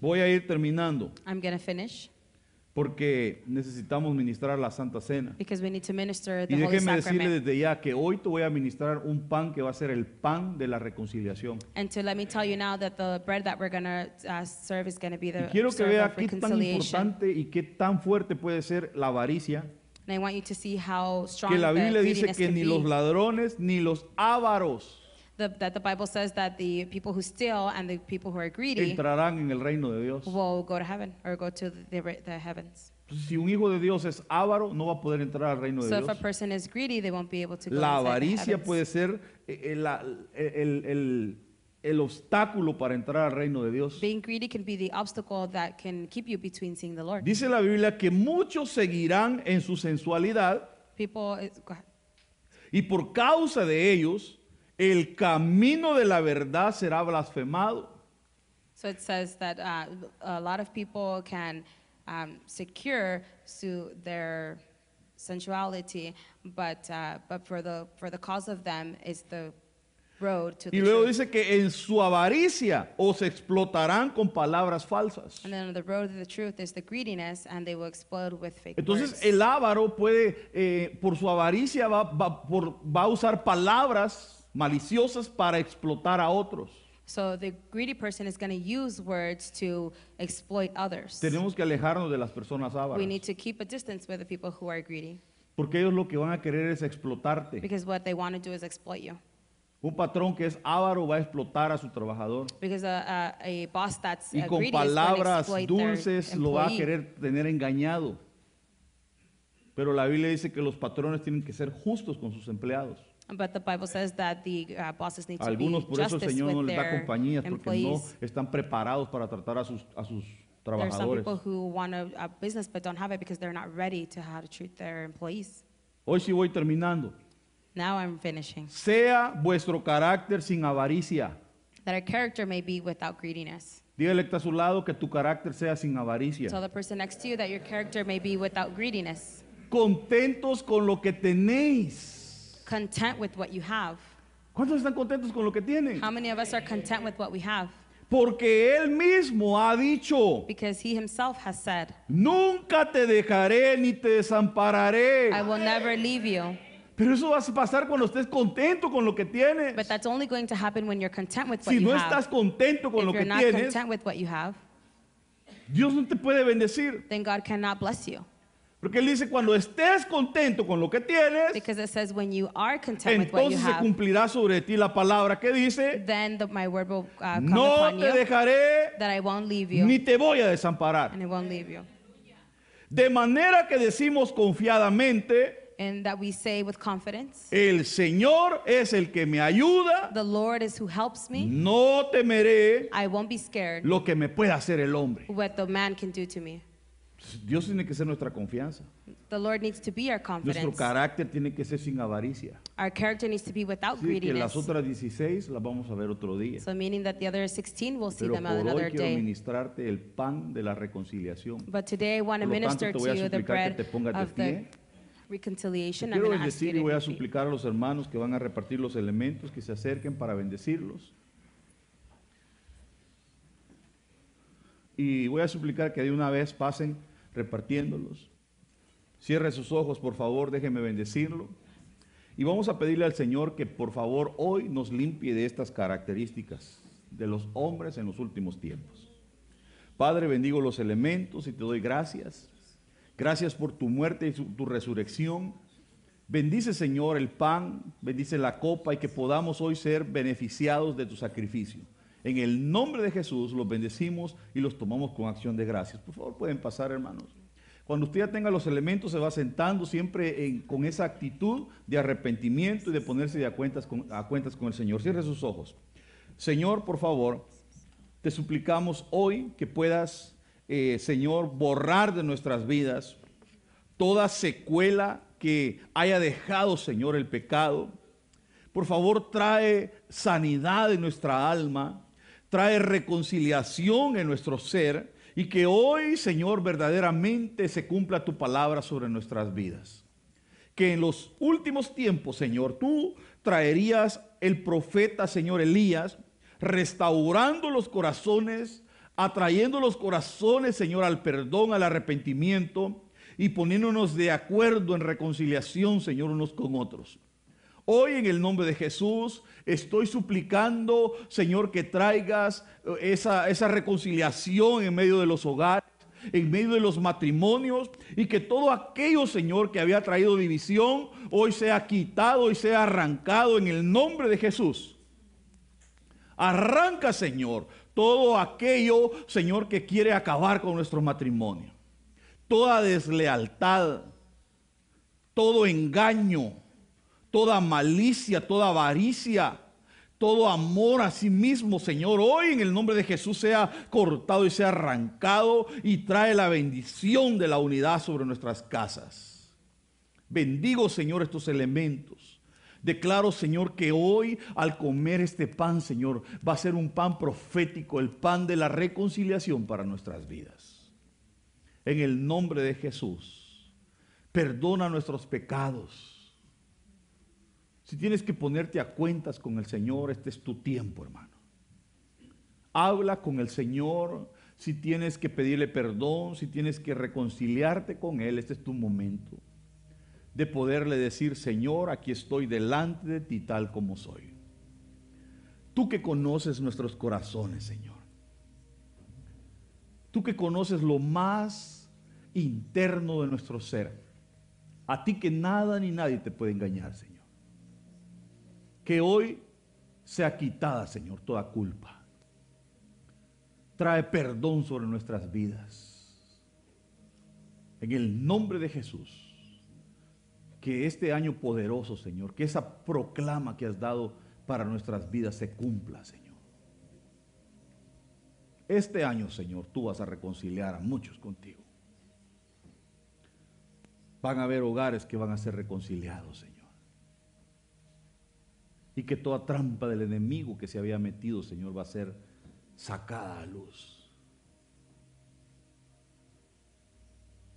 Voy a ir terminando
I'm going to finish
porque necesitamos ministrar la Santa Cena.
because we need to minister
Y
the Holy
déjeme decirle
Sacrament.
desde ya que hoy te voy a ministrar un pan que va a ser el pan de la reconciliación.
And to let me tell you now that the bread that we're going to uh, serve is going to be
Y
the
quiero que
serve
vea
of
qué tan
reconciliation.
importante y qué tan fuerte puede ser la avaricia,
And I want you to see how strong
que la
the
Biblia dice
greediness
que
can
ni los
be.
ladrones ni los ávaros
The, that the Bible says that the people who steal and the people who are greedy
entrarán en el reino de Dios.
will go to heaven or go to the, the, the heavens.
Si un hijo de Dios es avaro, no va a poder entrar al reino de
So if a
Dios.
person is greedy, they won't be able to go
La
inside the
avaricia
heavens.
puede ser eh, eh, la- el, el- el- el obstáculo para entrar al reino de Dios.
Being greedy can be the obstacle that can keep you between seeing the Lord.
Dice la Biblia que muchos seguirán en su sensualidad
People, is, go ahead.
y por causa de ellos el camino de la verdad será blasfemado.
so it says that uh, a lot of people can um, secure to their sensuality, but uh, but for the for the cause of them is the road to the
Y luego
truth.
dice que en su avaricia os explotarán con palabras falsas.
And then the road to the truth is the greediness, and they will explode with fake
Entonces
words.
el avaro puede, eh, por su avaricia, va, va- por- va a usar palabras maliciosas para explotar a otros.
so the greedy person is going to use words to exploit others.
Tenemos que alejarnos de las personas
We
avaras.
need to keep a distance with the people who are greedy.
Porque ellos lo que van a querer es explotarte.
Because what they want to do is exploit you.
Un patrón que es avaro va a explotar a su trabajador.
Because a, a, a boss that's
Y
uh,
con
greedy is going to
palabras
exploit
dulces
their
lo va a
employee.
querer tener engañado. Pero la Biblia dice que los patrones tienen que ser justos con sus empleados.
But the Bible says that the uh, bosses need to
Algunos
be
por eso el
justice
Señor
with
no les da
their
compañías porque no
employees.
están preparados para tratar a sus, a sus
there are some
trabajadores.
people who want a, a business but don't have it because they're not ready to how to treat their employees.
Hoy sí voy terminando.
Now I'm finishing.
Sea vuestro carácter sin avaricia.
That our character may be without greediness.
Dígale que está a su lado que tu carácter sea sin
Tell
avaricia.
the person next to you that your character may be without greediness.
Contentos con lo que tenéis.
Content with what you have.
¿Cuántos están contentos con lo que tienen?
How many of us are content with what we have?
Porque Él mismo ha dicho,
Because he himself has said,
nunca te dejaré ni te desampararé.
I will never leave you.
Pero eso va a pasar cuando estés contento con lo que tienes.
But that's only going to happen when you're content with what
Si
you
no
have.
estás contento con
if
lo
you're
que
not
tienes,
content with what you have,
Dios no te puede bendecir.
then God cannot bless you.
Porque Él dice, cuando estés contento con lo que tienes,
Because it says when you are content with what you
entonces se
have,
cumplirá sobre ti la palabra que dice,
then the, my word will uh, come
no
upon
te
you
dejaré
that I won't leave you
ni te voy a desamparar.
and it won't leave you.
De manera que decimos confiadamente,
And that we say with confidence,
el Señor es el que me ayuda,
the Lord is who helps me.
no temeré
I won't be scared
lo que me pueda hacer el hombre.
what the man can do to me.
Pues, Dios tiene que ser nuestra confianza.
The Lord needs to be our
Nuestro
confidence.
carácter tiene que ser sin avaricia.
Our character needs to be without
Así que
greediness.
las otras 16 las vamos a ver otro día.
So meaning that the other 16 will see
Pero
them
por
on another
hoy quiero
day.
ministrarte el pan de la reconciliación.
But today I want to
Por lo tanto,
minister
te voy a
to you the
suplicar que te
bread
pongas de
of the
pie. Te
reconciliation. I'm
quiero
going to ask you
bendecir y
to
voy a
be-
suplicar a los hermanos que van a repartir los elementos que se acerquen para bendecirlos. Y voy a suplicar que de una vez pasen repartiéndolos. Cierre sus ojos, por favor, déjeme bendecirlo. Y vamos a pedirle al Señor que por favor hoy nos limpie de estas características de los hombres en los últimos tiempos. Padre, bendigo los elementos y te doy gracias. Gracias por tu muerte y su- tu resurrección. Bendice, Señor, el pan, bendice la copa y que podamos hoy ser beneficiados de tu sacrificio. En el nombre de Jesús los bendecimos y los tomamos con acción de gracias. Por favor, pueden pasar, hermanos. Cuando usted ya tenga los elementos, se va sentando siempre en- con esa actitud de arrepentimiento y de ponerse de a cuentas con- a cuentas con el Señor. Cierre sus ojos. Señor, por favor, te suplicamos hoy que puedas, eh, Señor, borrar de nuestras vidas toda secuela que haya dejado, Señor, el pecado. Por favor, trae sanidad en nuestra alma, trae reconciliación en nuestro ser y que hoy, Señor, verdaderamente se cumpla tu palabra sobre nuestras vidas que en los últimos tiempos, Señor, tú traerías el profeta, Señor Elías, restaurando los corazones atrayendo los corazones, Señor, al perdón, al arrepentimiento y poniéndonos de acuerdo en reconciliación, Señor, unos con otros. Hoy en el nombre de Jesús estoy suplicando, Señor, que traigas eh, esa, esa reconciliación en medio de los hogares en medio de los matrimonios y que todo aquello, Señor, que había traído división, hoy sea quitado y sea arrancado en el nombre de Jesús. Arranca, Señor, todo aquello, Señor, que quiere acabar con nuestro matrimonio. Toda deslealtad, todo engaño, toda malicia, toda avaricia, todo amor a sí mismo, Señor, hoy en el nombre de Jesús sea cortado y sea arrancado y trae la bendición de la unidad sobre nuestras casas. Bendigo, Señor, estos elementos. Declaro, Señor, que hoy al comer este pan, Señor, va a ser un pan profético, el pan de la reconciliación para nuestras vidas. En el nombre de Jesús, perdona nuestros pecados. Si tienes que ponerte a cuentas con el Señor, este es tu tiempo, hermano. Habla con el Señor. Si tienes que pedirle perdón, si tienes que reconciliarte con Él, este es tu momento de poderle decir, Señor, aquí estoy delante de ti tal como soy. Tú que conoces nuestros corazones, Señor. Tú que conoces lo más interno de nuestro ser. A ti que nada ni nadie te puede engañar, Señor que hoy sea quitada, Señor, toda culpa. Trae perdón sobre nuestras vidas. En el nombre de Jesús, que este año poderoso, Señor, que esa proclama que has dado para nuestras vidas se cumpla, Señor. Este año, Señor, tú vas a reconciliar a muchos contigo. Van a haber hogares que van a ser reconciliados, Señor y que toda trampa del enemigo que se había metido, Señor, va a ser sacada a luz.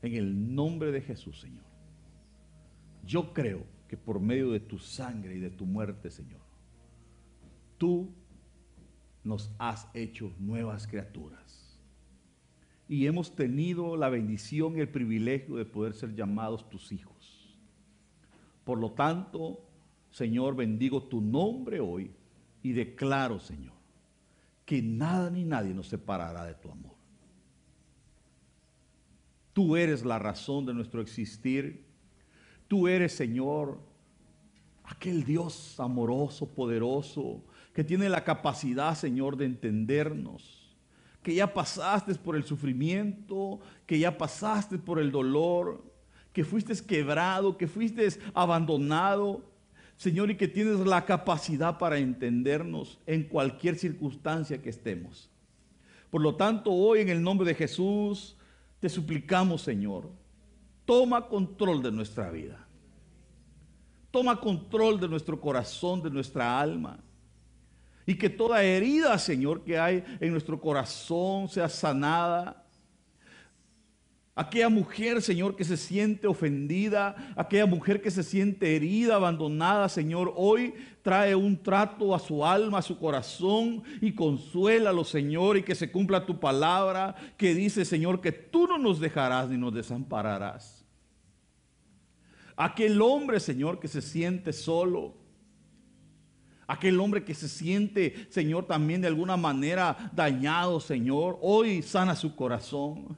En el nombre de Jesús, Señor. Yo creo que por medio de tu sangre y de tu muerte, Señor, tú nos has hecho nuevas criaturas. Y hemos tenido la bendición y el privilegio de poder ser llamados tus hijos. Por lo tanto, Señor, bendigo tu nombre hoy y declaro, Señor, que nada ni nadie nos separará de tu amor. Tú eres la razón de nuestro existir. Tú eres, Señor, aquel Dios amoroso, poderoso, que tiene la capacidad, Señor, de entendernos, que ya pasaste por el sufrimiento, que ya pasaste por el dolor, que fuiste quebrado, que fuiste abandonado, Señor, y que tienes la capacidad para entendernos en cualquier circunstancia que estemos. Por lo tanto, hoy en el nombre de Jesús, te suplicamos, Señor, toma control de nuestra vida. Toma control de nuestro corazón, de nuestra alma. Y que toda herida, Señor, que hay en nuestro corazón sea sanada. Aquella mujer, Señor, que se siente ofendida, aquella mujer que se siente herida, abandonada, Señor, hoy trae un trato a su alma, a su corazón y consuélalo, Señor, y que se cumpla tu palabra que dice, Señor, que tú no nos dejarás ni nos desampararás. Aquel hombre, Señor, que se siente solo, Aquel hombre que se siente, Señor, también de alguna manera dañado, Señor, hoy sana su corazón.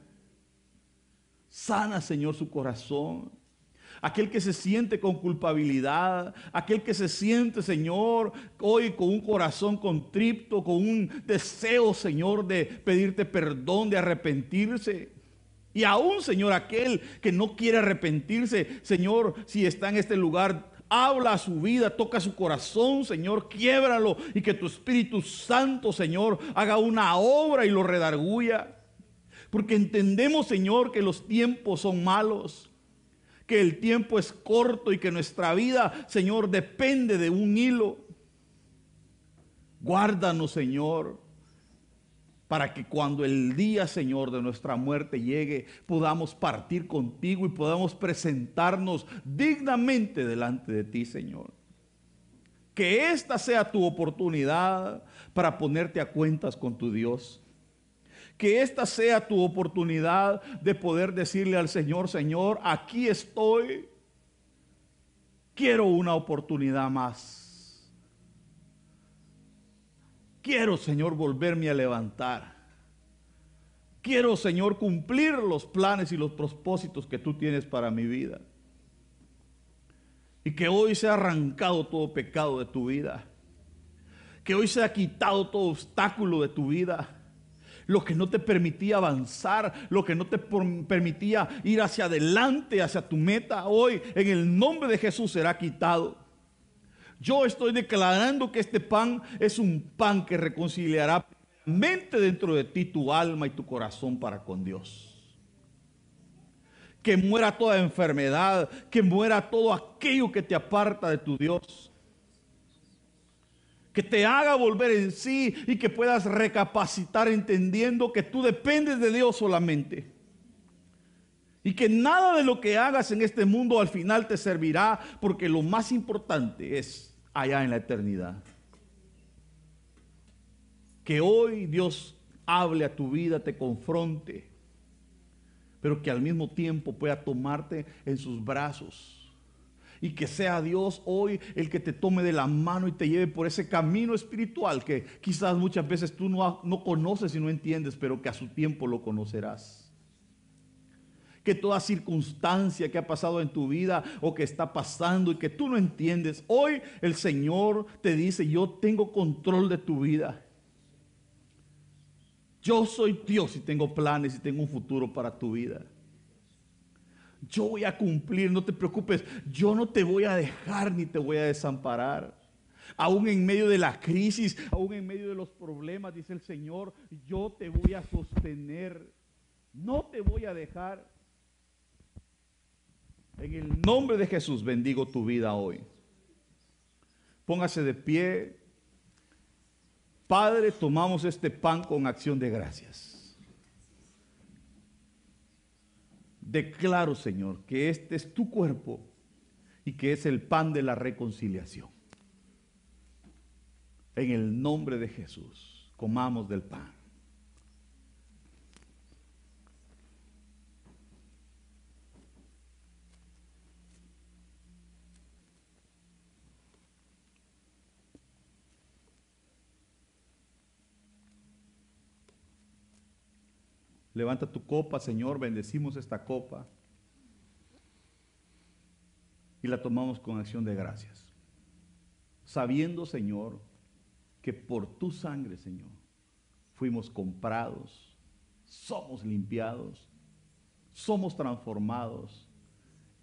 Sana, Señor, su corazón. Aquel que se siente con culpabilidad, aquel que se siente, Señor, hoy con un corazón contripto, con un deseo, Señor, de pedirte perdón, de arrepentirse. Y aún, Señor, aquel que no quiere arrepentirse, Señor, si está en este lugar, habla a su vida, toca su corazón, Señor, quiebralo y que tu Espíritu Santo, Señor, haga una obra y lo redarguya. Porque entendemos, Señor, que los tiempos son malos, que el tiempo es corto y que nuestra vida, Señor, depende de un hilo. Guárdanos, Señor, para que cuando el día, Señor, de nuestra muerte llegue, podamos partir contigo y podamos presentarnos dignamente delante de ti, Señor. Que esta sea tu oportunidad para ponerte a cuentas con tu Dios Que esta sea tu oportunidad de poder decirle al Señor, Señor, aquí estoy. Quiero una oportunidad más. Quiero, Señor, volverme a levantar. Quiero, Señor, cumplir los planes y los propósitos que tú tienes para mi vida. Y que hoy sea arrancado todo pecado de tu vida. Que hoy sea quitado todo obstáculo de tu vida. Lo que no te permitía avanzar, lo que no te por- permitía ir hacia adelante, hacia tu meta, hoy en el nombre de Jesús será quitado. Yo estoy declarando que este pan es un pan que reconciliará mente dentro de ti tu alma y tu corazón para con Dios. Que muera toda enfermedad, que muera todo aquello que te aparta de tu Dios. Que te haga volver en sí y que puedas recapacitar entendiendo que tú dependes de Dios solamente. Y que nada de lo que hagas en este mundo al final te servirá porque lo más importante es allá en la eternidad. Que hoy Dios hable a tu vida, te confronte, pero que al mismo tiempo pueda tomarte en sus brazos. Y que sea Dios hoy el que te tome de la mano y te lleve por ese camino espiritual que quizás muchas veces tú no, no conoces y no entiendes, pero que a su tiempo lo conocerás que toda circunstancia que ha pasado en tu vida o que está pasando y que tú no entiendes, hoy el Señor te dice, yo tengo control de tu vida. Yo soy Dios y tengo planes y tengo un futuro para tu vida. Yo voy a cumplir, no te preocupes, yo no te voy a dejar ni te voy a desamparar. Aún en medio de la crisis, aún en medio de los problemas, dice el Señor, yo te voy a sostener, no te voy a dejar. En el nombre de Jesús bendigo tu vida hoy. Póngase de pie. Padre, tomamos este pan con acción de gracias. Declaro, Señor, que este es tu cuerpo y que es el pan de la reconciliación. En el nombre de Jesús, comamos del pan. Levanta tu copa, Señor, bendecimos esta copa y la tomamos con acción de gracias. Sabiendo, Señor, que por tu sangre, Señor, fuimos comprados, somos limpiados, somos transformados.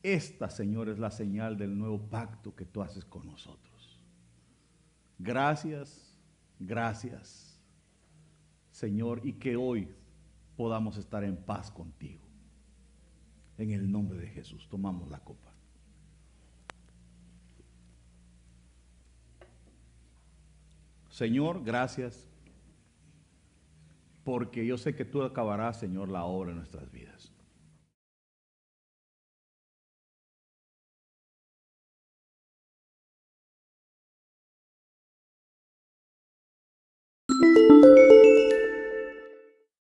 Esta, Señor, es la señal del nuevo pacto que tú haces con nosotros. Gracias, gracias, Señor, y que hoy podamos estar en paz contigo. En el nombre de Jesús, tomamos la copa. Señor, gracias, porque yo sé que tú acabarás, Señor, la obra en nuestras vidas.